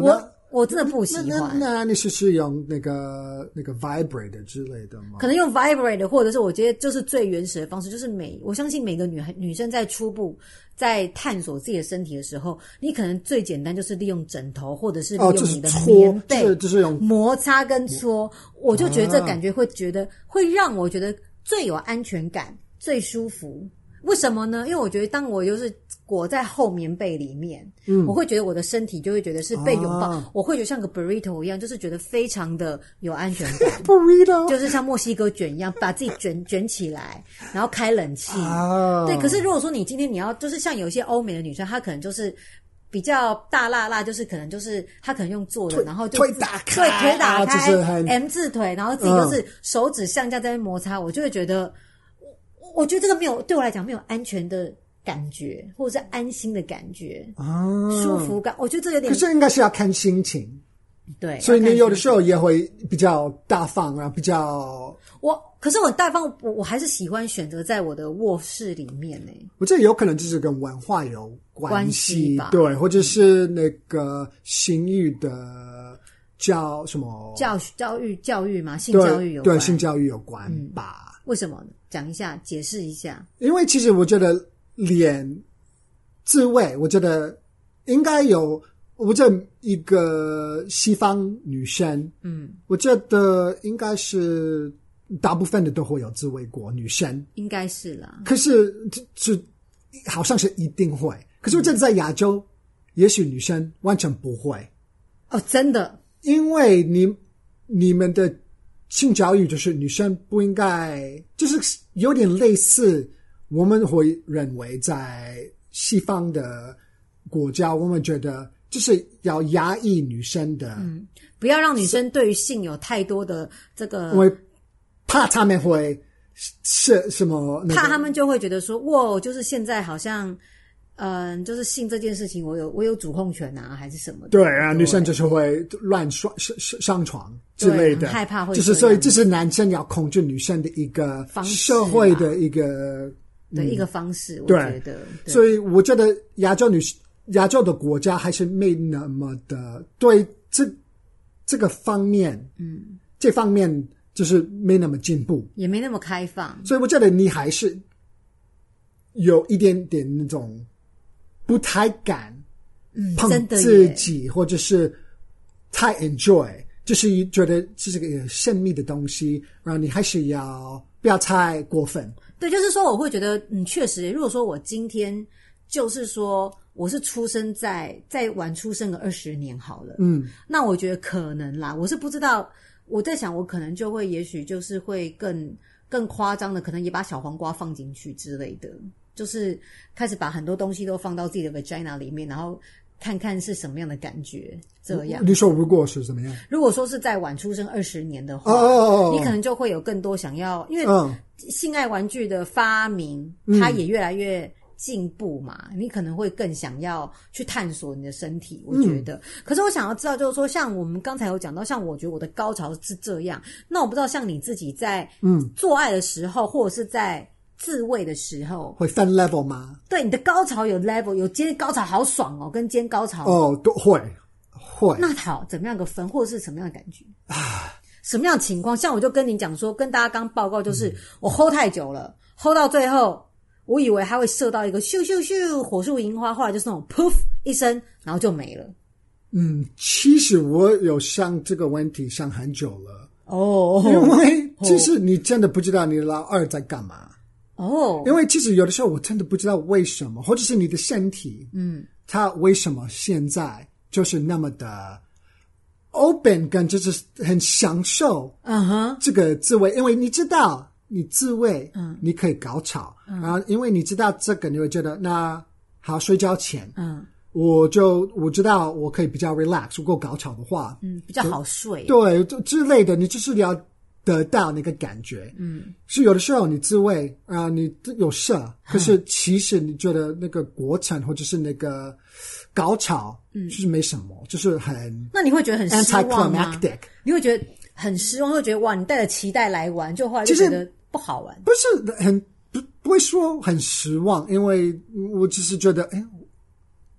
Speaker 1: 我我真的不喜
Speaker 2: 那
Speaker 1: 欢。
Speaker 2: 那那那你是是用那个那个 vibrator 之类的吗？
Speaker 1: 可能用 vibrate，或者是我觉得就是最原始的方式，就是每我相信每个女孩女生在初步在探索自己的身体的时候，你可能最简单就是利用枕头，或者是利
Speaker 2: 哦，
Speaker 1: 用
Speaker 2: 就
Speaker 1: 你
Speaker 2: 是
Speaker 1: 的
Speaker 2: 搓
Speaker 1: 棉，
Speaker 2: 就
Speaker 1: 被、
Speaker 2: 是就是用
Speaker 1: 摩擦跟搓，我就觉得这
Speaker 2: 啊
Speaker 1: 感觉会觉得会让我觉得最有安全感、最舒服，为什么呢？因为我觉得当我就是裹在厚棉被里面，我会觉得我的身体就会觉得是被拥抱，
Speaker 2: 嗯啊
Speaker 1: 我会觉得像个 burrito 一样，就是觉得非常的有安全感。
Speaker 2: burrito
Speaker 1: 就是像墨西哥卷一样，把自己卷卷起来，然后开冷气。
Speaker 2: 啊，
Speaker 1: 对，可是如果说你今天你要，就是像有一些欧美的女生，她可能就是比较大辣辣，就是可能就是她可能用坐的，然后就
Speaker 2: 腿打开啊
Speaker 1: 对，腿打开、哎
Speaker 2: 就是很嗯
Speaker 1: M 字腿，然后自己就是手指向下在那边摩擦，我就会觉得，我我觉得这个没有对我来讲没有安全的感觉，或者是安心的感觉、
Speaker 2: 啊，
Speaker 1: 舒服感，我觉得这有点
Speaker 2: 可是应该是要看心情，
Speaker 1: 对。
Speaker 2: 所以
Speaker 1: 要看
Speaker 2: 你有的
Speaker 1: 心
Speaker 2: 时候也会比较大方，然后比较，
Speaker 1: 我，可是我大方，我我还是喜欢选择在我的卧室里面呢、
Speaker 2: 我觉得有可能就是跟文化有关
Speaker 1: 关系
Speaker 2: 系，
Speaker 1: 吧
Speaker 2: 对，或者是那个性欲的叫什么
Speaker 1: 教教育教育嘛，性教育
Speaker 2: 对
Speaker 1: 有
Speaker 2: 对
Speaker 1: 关。嗯
Speaker 2: 性教育有关吧。
Speaker 1: 为什么？讲一下，解释一下。
Speaker 2: 因为其实我觉得脸自慰，我觉得应该有，我这一个西方女生，
Speaker 1: 嗯，
Speaker 2: 我觉得应该是大部分的都会有自慰过女生，
Speaker 1: 应该是啦。
Speaker 2: 可是这这好像是一定会，可是我觉得在亚洲，也许女生完全不会，
Speaker 1: 哦，真的，
Speaker 2: 因为你你们的性教育就是女生不应该，就是有点类似我们会认为在西方的国家，我们觉得就是要压抑女生的，
Speaker 1: 不要让女生对于性有太多的这个
Speaker 2: 因，为怕他们会是什么、那个
Speaker 1: 怕他们就会觉得说，哇，就是现在好像，嗯、就是性这件事情，我有我有主控权啊，还是什么的？
Speaker 2: 对啊，女生就是会乱上上上床之类
Speaker 1: 对
Speaker 2: 的，
Speaker 1: 很害怕会
Speaker 2: 就是
Speaker 1: 这
Speaker 2: 所以
Speaker 1: 样
Speaker 2: 这是男生要控制女生的一个
Speaker 1: 方式啊
Speaker 2: 社会
Speaker 1: 啦
Speaker 2: 的一个
Speaker 1: 对一个方式，我
Speaker 2: 嗯对
Speaker 1: 觉得。对
Speaker 2: 所以我觉得亚洲女亚洲的国家还是没那么的对这这个方面，嗯，这方面就是没那么进步。
Speaker 1: 也没那么开放。
Speaker 2: 所以我觉得你还是有一点点那种不太敢
Speaker 1: 嗯，真
Speaker 2: 碰
Speaker 1: 的耶
Speaker 2: 自己，或者是太 enjoy，就是觉得是这个神秘的东西，然后你还是要不要太过分。
Speaker 1: 对，就是说我会觉得，嗯，确实，如果说我今天就是说我是出生在再晚出生个二十年好了，
Speaker 2: 嗯，
Speaker 1: 那我觉得可能啦，我是不知道，我在想我可能就会，也许就是会更更夸张的，可能也把小黄瓜放进去之类的，就是开始把很多东西都放到自己的 vagina 里面，然后看看是什么样的感觉，这样。
Speaker 2: 你说如果是怎么样？
Speaker 1: 如果说是在晚出生二十年的话，
Speaker 2: 哦哦哦哦，
Speaker 1: 你可能就会有更多想要，因为
Speaker 2: 嗯。
Speaker 1: 性爱玩具的发明，它也越来越进步嘛，你可能会更想要去探索你的身体。我觉得，可是我想要知道，就是说，像我们刚才有讲到，像我觉得我的高潮是这样，那我不知道像你自己在
Speaker 2: 嗯
Speaker 1: 做爱的时候，或者是在自慰的时候，
Speaker 2: 会分 level 吗？
Speaker 1: 对你的高潮有 level，有今天高潮好爽哦，跟今天高潮、
Speaker 2: 哦，都会会
Speaker 1: 那好，怎么样个分，或者是什么样的感觉啊？什么样的情况？像我就跟你讲说，跟大家刚报告，
Speaker 2: 嗯
Speaker 1: 就是、我 hold 太久了，hold 到最后，我以为它会射到一个咻咻咻火树银花，后来就是那种 poof 一声，然后就没了。
Speaker 2: 嗯，其实我有想这个问题想很久了，
Speaker 1: 哦
Speaker 2: 因为就是你真的不知道你老二在干嘛。
Speaker 1: 哦，
Speaker 2: 因为其实有的时候我真的不知道为什么，或者是你的身体，
Speaker 1: 嗯，
Speaker 2: 它为什么现在就是那么的 open，跟就是很享受
Speaker 1: 嗯哼，
Speaker 2: 这个自慰，因为你知道你自慰，嗯，你可以高潮，
Speaker 1: 嗯
Speaker 2: 然后因为你知道这个，你会觉得那好睡觉前，
Speaker 1: 嗯
Speaker 2: 我就我知道我可以比较 relax，如果高潮的话，
Speaker 1: 嗯，比较好睡。
Speaker 2: 对就之类的，你就是要得到那个感觉。
Speaker 1: 嗯，
Speaker 2: 是有的时候你自慰啊、你有射，可是其实你觉得那个过程或者是那个高潮，嗯，就是没什么，就是很
Speaker 1: 那你会觉得很失望啊吗？
Speaker 2: anticlimactic。
Speaker 1: 你会觉得很失望，会觉得哇，你带着期待来玩，就后来就
Speaker 2: 其
Speaker 1: 觉
Speaker 2: 实
Speaker 1: 得不好玩。
Speaker 2: 不是很不不会说很失望，因为我只是觉得，哎，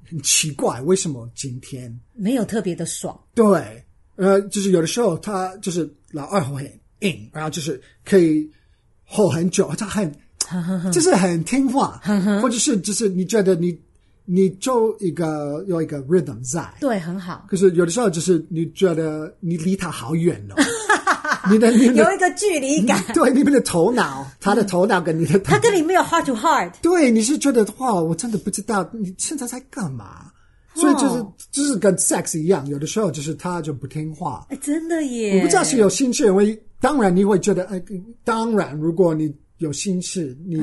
Speaker 2: 很奇怪，为什么今天
Speaker 1: 没有特别的爽，
Speaker 2: 对，呃，就是有的时候他就是老二会很硬，然后就是可以吼很久，他很 就是很听话，或者是就是你觉得你你就一个有一个 rhythm 在，
Speaker 1: 对，很好。
Speaker 2: 可是有的时候就是你觉得你离他好远哦，你的你的
Speaker 1: 有一个距离感。
Speaker 2: 对你们的头脑，他的头脑跟你的头
Speaker 1: 他跟你没有 heart to heart，
Speaker 2: 对，你是觉得哇，我真的不知道你现在在干嘛，所以就是
Speaker 1: 哦
Speaker 2: 就是跟 sex 一样，有的时候就是他就不听话，
Speaker 1: 哎，真的耶！
Speaker 2: 我不知道是有心事，因为当然你会觉得，呃，当然如果你有心事，你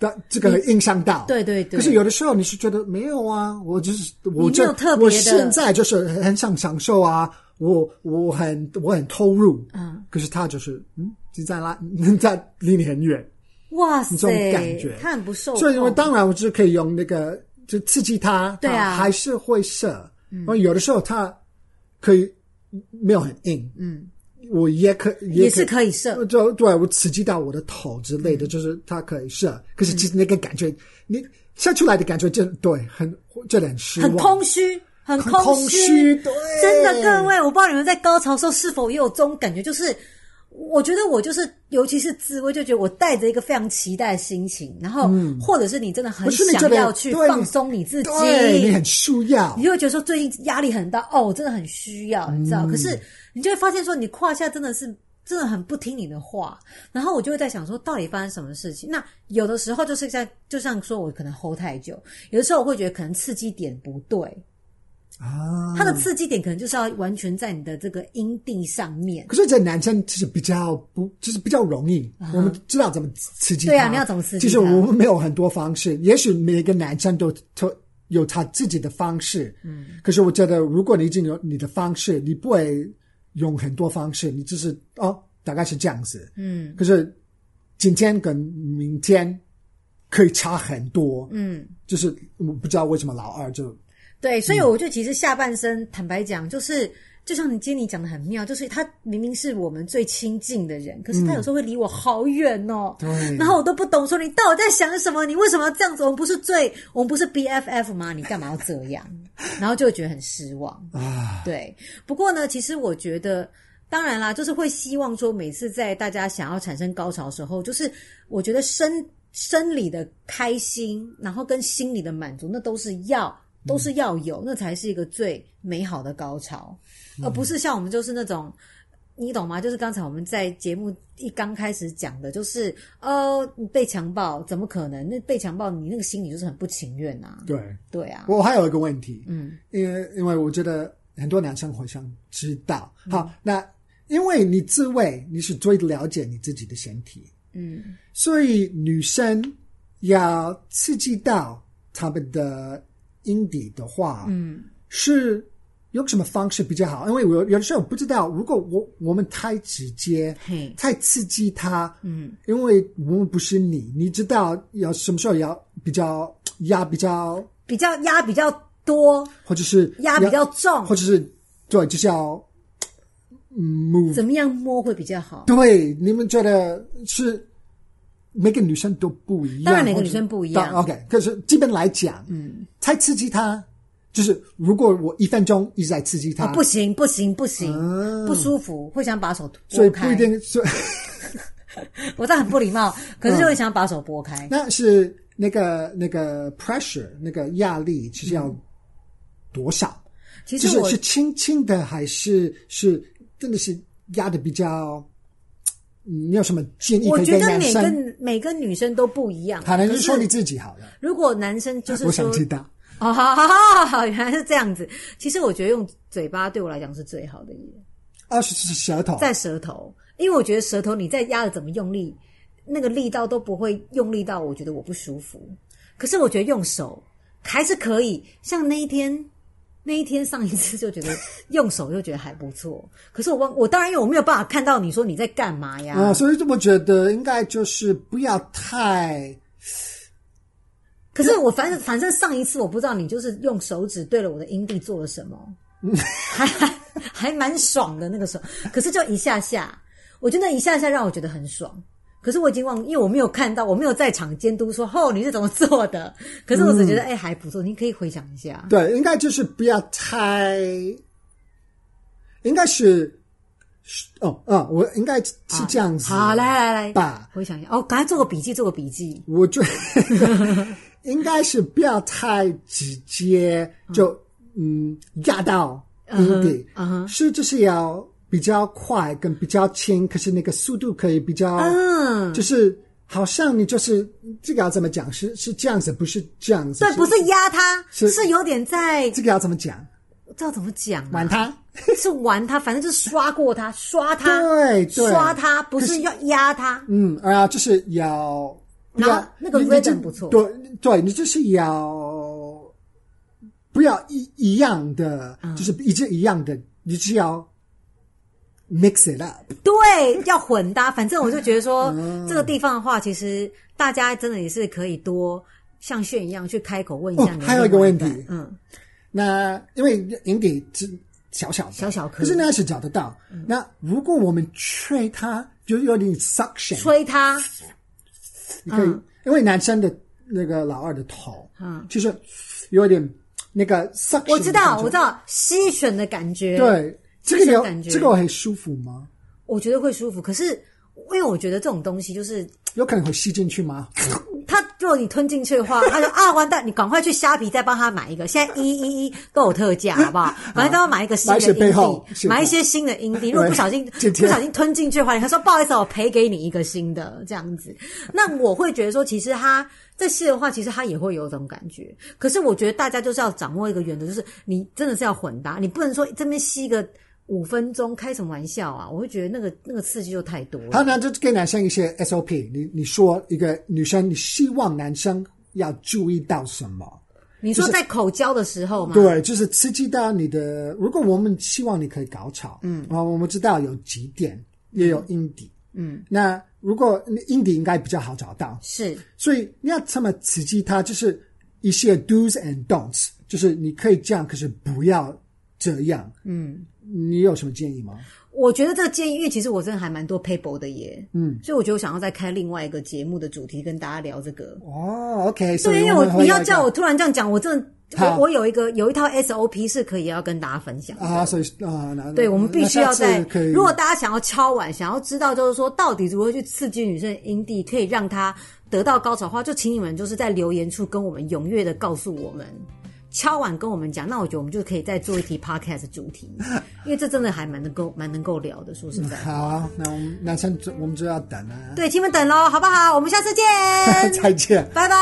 Speaker 2: 的、这个影响
Speaker 1: 嗯
Speaker 2: 到，
Speaker 1: 对对对
Speaker 2: 可是有的时候你是觉得没有啊，我就是我
Speaker 1: 没
Speaker 2: 这
Speaker 1: 有特别的
Speaker 2: 我现在就是很想享受啊，我我很我很投入，
Speaker 1: 嗯，
Speaker 2: 可是他就是嗯，就在拉 在离你很远，
Speaker 1: 哇塞，
Speaker 2: 这种感觉
Speaker 1: 他很不受控。
Speaker 2: 所以我当然我就可以用那个就刺激他，
Speaker 1: 对啊
Speaker 2: 他还是会射，嗯，有的时候他可以没有很硬，嗯，我也可也
Speaker 1: 也
Speaker 2: 可
Speaker 1: 是可以射，嗯
Speaker 2: 就对我刺激到我的头之类的，就是它可以射，可是其实那个感觉，你射出来的感觉真对，很真的很失望，
Speaker 1: 很空虚，很
Speaker 2: 很
Speaker 1: 空
Speaker 2: 空虚，对，
Speaker 1: 真的，各位，我不知道你们在高潮的时候是否也有这种感觉，就是我觉得我就是，尤其是自慰，就觉得我带着一个非常期待的心情，然后、或者是你真的很
Speaker 2: 不嗯是你
Speaker 1: 想
Speaker 2: 真的
Speaker 1: 要去
Speaker 2: 对
Speaker 1: 放松你自己，
Speaker 2: 对你很需要
Speaker 1: 你，就会觉得说最近压力很大，哦，我真的很需要，你知
Speaker 2: 嗯
Speaker 1: 道？可是你就会发现说，你胯下真的是真的很不听你的话。然后我就会在想说，到底发生什么事情？那有的时候就是在，就像说我可能 hold 太久，有的时候我会觉得可能刺激点不对，
Speaker 2: 啊。
Speaker 1: 它的刺激点可能就是要完全在你的这个阴蒂上面。
Speaker 2: 可是这男生其实比较不，就是比较容易，我们知道怎么刺激
Speaker 1: 啊
Speaker 2: 他。
Speaker 1: 对啊你要怎么刺激
Speaker 2: 其实
Speaker 1: 他
Speaker 2: 我们没有很多方式，也许每个男生都都有他自己的方式。嗯，可是我觉得，如果你已经有你的方式，你不会用很多方式，你就是哦，大概是这样子。
Speaker 1: 嗯
Speaker 2: 可是今天跟明天可以差很多。
Speaker 1: 嗯，
Speaker 2: 就是我不知道为什么老二就
Speaker 1: 对，所以我就其实下半身，坦白讲，就是就像你今天你讲的很妙，就是他明明是我们最亲近的人，可是他有时候会离我好远哦。
Speaker 2: 对
Speaker 1: 然后我都不懂，说你到底在想什么？你为什么要这样子？我们不是最，我们不是 B F F 吗？你干嘛要这样？然后就会觉得很失望。
Speaker 2: 啊，
Speaker 1: 对，不过呢，其实我觉得，当然啦，就是会希望说，每次在大家想要产生高潮的时候，就是我觉得生生理的开心，然后跟心理的满足，那都是要都是要有，那才是一个最美好的高潮，而不是像我们就是那种。你懂吗？就是刚才我们在节目一刚开始讲的，就是哦，你被强暴怎么可能？那被强暴，你那个心里就是很不情愿啊。
Speaker 2: 对。
Speaker 1: 对啊，
Speaker 2: 我还有一个问题，
Speaker 1: 嗯，
Speaker 2: 因为因为我觉得很多男生会想知道。
Speaker 1: 嗯
Speaker 2: 好，那因为你自慰，你是最了解你自己的身体，
Speaker 1: 嗯，
Speaker 2: 所以女生要刺激到他们的阴蒂的话，
Speaker 1: 嗯，
Speaker 2: 是有什么方式比较好？因为我有有的时候不知道，如果我我们太直接，
Speaker 1: 嘿，
Speaker 2: 太刺激他，
Speaker 1: 嗯，
Speaker 2: 因为我们不是你，你知道要什么时候要比较压比较，
Speaker 1: 比较压比较多，
Speaker 2: 或者是
Speaker 1: 压比较重
Speaker 2: 或，者是对，就是要嗯 move。
Speaker 1: 怎么样摸会比较好？
Speaker 2: 对，你们觉得是每个女生都不一样？
Speaker 1: 当然每个
Speaker 2: 或者
Speaker 1: 女生不一样
Speaker 2: 当 OK，可是基本来讲，嗯，太刺激她，就是如果我一分钟一直在刺激她，
Speaker 1: 啊，不行不行不行，
Speaker 2: 嗯
Speaker 1: 不舒服，会想把手
Speaker 2: 所以
Speaker 1: 拨
Speaker 2: 不
Speaker 1: 开
Speaker 2: 一。定所以
Speaker 1: 我这很不礼貌，可是就会想把手拨开。
Speaker 2: 嗯那是那个那个 pressure 那个压力，其实要多少？
Speaker 1: 其
Speaker 2: 就
Speaker 1: 实
Speaker 2: 是
Speaker 1: 我
Speaker 2: 是轻轻的，还是是真的是压的比较？嗯你有什么建议
Speaker 1: 我
Speaker 2: 可以
Speaker 1: 觉
Speaker 2: 给
Speaker 1: 得
Speaker 2: 男
Speaker 1: 每
Speaker 2: 生？
Speaker 1: 个每个女生都不一样。
Speaker 2: 好，那就
Speaker 1: 可
Speaker 2: 说你自己好了。
Speaker 1: 如果男生就是
Speaker 2: 我
Speaker 1: 说
Speaker 2: 想知道，
Speaker 1: 哦，好好好好，原来是这样子。其实我觉得用嘴巴对我来讲是最好的耶，
Speaker 2: 二十是舌头，
Speaker 1: 在舌头，因为我觉得舌头你再压的怎么用力，那个力道都不会用力到我觉得我不舒服。可是我觉得用手还是可以，像那一天。那一天上一次就觉得用手就觉得还不错，可是我忘我当然因为我没有办法看到你说你在干嘛呀，
Speaker 2: 啊、所以我觉得应该就是不要太
Speaker 1: 可是我反正反正上一次我不知道你就是用手指对了我的阴蒂做了什 么，还还还蛮爽的那个时候。可是就一下下，我觉得那一下下让我觉得很爽。可是我已经忘，因为我没有看到，我没有在场监督说哦你是怎么做的。可是我只觉得哎、还不错，你可以回想一下。
Speaker 2: 对，应该就是不要太，应该是哦哦，我应该是这样子。
Speaker 1: 啊好，来来来，
Speaker 2: 吧，
Speaker 1: 回想一下哦，赶快做个笔记，做个笔记。
Speaker 2: 我觉 应该是不要太直嗯接，就嗯压到阴蒂，
Speaker 1: 嗯哼
Speaker 2: 是就是要比较快跟比较轻，可是那个速度可以比较，
Speaker 1: 嗯，
Speaker 2: 就是好像你就是这个要怎么讲？是是这样子，不是这样子。
Speaker 1: 对，不是压他，
Speaker 2: 是
Speaker 1: 是有点在，
Speaker 2: 这个要怎么讲？
Speaker 1: 不知道怎么讲啊、
Speaker 2: 管他。
Speaker 1: 是玩他，反正就是刷过他，刷他，
Speaker 2: 对对
Speaker 1: 刷他，不是要压他。
Speaker 2: 嗯，啊，就是要，不
Speaker 1: 然后
Speaker 2: 要
Speaker 1: 那个
Speaker 2: 你你
Speaker 1: rhythm
Speaker 2: 就
Speaker 1: 不错
Speaker 2: 对对，你就是要不要一一样的，
Speaker 1: 嗯
Speaker 2: 就是一直一样的，你只要 mix it up。
Speaker 1: 对，要混搭。反正我就觉得说，
Speaker 2: 嗯
Speaker 1: 这个地方的话，其实大家真的也是可以多像炫一样去开口问一下
Speaker 2: 哦
Speaker 1: 你的另外一半、
Speaker 2: 还有一个问题
Speaker 1: 嗯，
Speaker 2: 那因为银底只小小的，
Speaker 1: 小小颗嗯
Speaker 2: 可是那是找得到。那如果我们吹它，就有点 suction，
Speaker 1: 吹他，
Speaker 2: 你可以，因为男生的那个老二的头，
Speaker 1: 嗯，
Speaker 2: 就是有点那个 suction，
Speaker 1: 我知
Speaker 2: 的感
Speaker 1: 道，
Speaker 2: 觉
Speaker 1: 我知道，吸吮的感觉，，
Speaker 2: 对，这个
Speaker 1: 这种感
Speaker 2: 有
Speaker 1: 觉
Speaker 2: 这个我很舒服吗？
Speaker 1: 我觉得会舒服。可是，因为我觉得这种东西就是，
Speaker 2: 有可能会吸进去吗？
Speaker 1: 他如果你吞进去的 话，他就啊完蛋，你赶快去虾皮再帮他买一个，现在一一一都有特价，好不 好？反正都要买一个新
Speaker 2: 买
Speaker 1: 的
Speaker 2: 一些
Speaker 1: 阴
Speaker 2: 背
Speaker 1: 蒂
Speaker 2: 后，是的
Speaker 1: 买一些新的 阴蒂。如果不小心
Speaker 2: 今
Speaker 1: 不
Speaker 2: 天
Speaker 1: 小心吞进去的话，你还说不好意思，我赔给你一个新的这样 子。那我会觉得说，其实他在试的话，其实他也会有这种感觉。可是我觉得大家就是要掌握一个原则，就是你真的是要混搭，你不能说这边吸个五分钟，开什么玩笑啊？我会觉得那个那个刺激就太多了。
Speaker 2: 好，那就给男生一些 SOP 你。你说一个女生，你希望男生要注意到什么？
Speaker 1: 你说在口交的时候吗？
Speaker 2: 对，就是刺激到你的。如果我们希望你可以高潮，嗯，啊，我们知道有几点，也有阴底，
Speaker 1: 嗯，
Speaker 2: 那如果阴底应该比较好找到，
Speaker 1: 是。
Speaker 2: 所以你要怎么刺激他，就是一些 do's and don'ts，就是你可以这样，可是不要这样。
Speaker 1: 嗯，
Speaker 2: 你有什么建议吗？
Speaker 1: 我觉得这个建议，因为其实我真的还蛮多 paper 的耶，
Speaker 2: 嗯，
Speaker 1: 所以我觉得我想要再开另外一个节目的主题跟大家聊这个。
Speaker 2: 哦，OK，所
Speaker 1: 对，
Speaker 2: 以
Speaker 1: 因为
Speaker 2: 我们
Speaker 1: 我
Speaker 2: 会
Speaker 1: 你
Speaker 2: 有一
Speaker 1: 要
Speaker 2: 个
Speaker 1: 叫我突然这样讲，我真的，
Speaker 2: 好
Speaker 1: 我我有一个有一套 SOP 是可以要跟大家分享的。
Speaker 2: 啊，所以啊，那
Speaker 1: 对，我们必须要在
Speaker 2: 在。可以
Speaker 1: 如果大家想要敲碗，想要知道就是说到底如何去刺激女生的阴蒂，可以让她得到高潮的话，就请你们就是在留言处跟我们踊跃的告诉我们。敲碗跟我们讲，那我觉得我们就可以再做一题 podcast 主题，因为这真的还蛮能够蛮能够聊的，说实在。
Speaker 2: 好啊，那我们男生就我们就要等啊，
Speaker 1: 对，请你们等喽，好不好？我们下次见，
Speaker 2: 再见。
Speaker 1: 拜拜。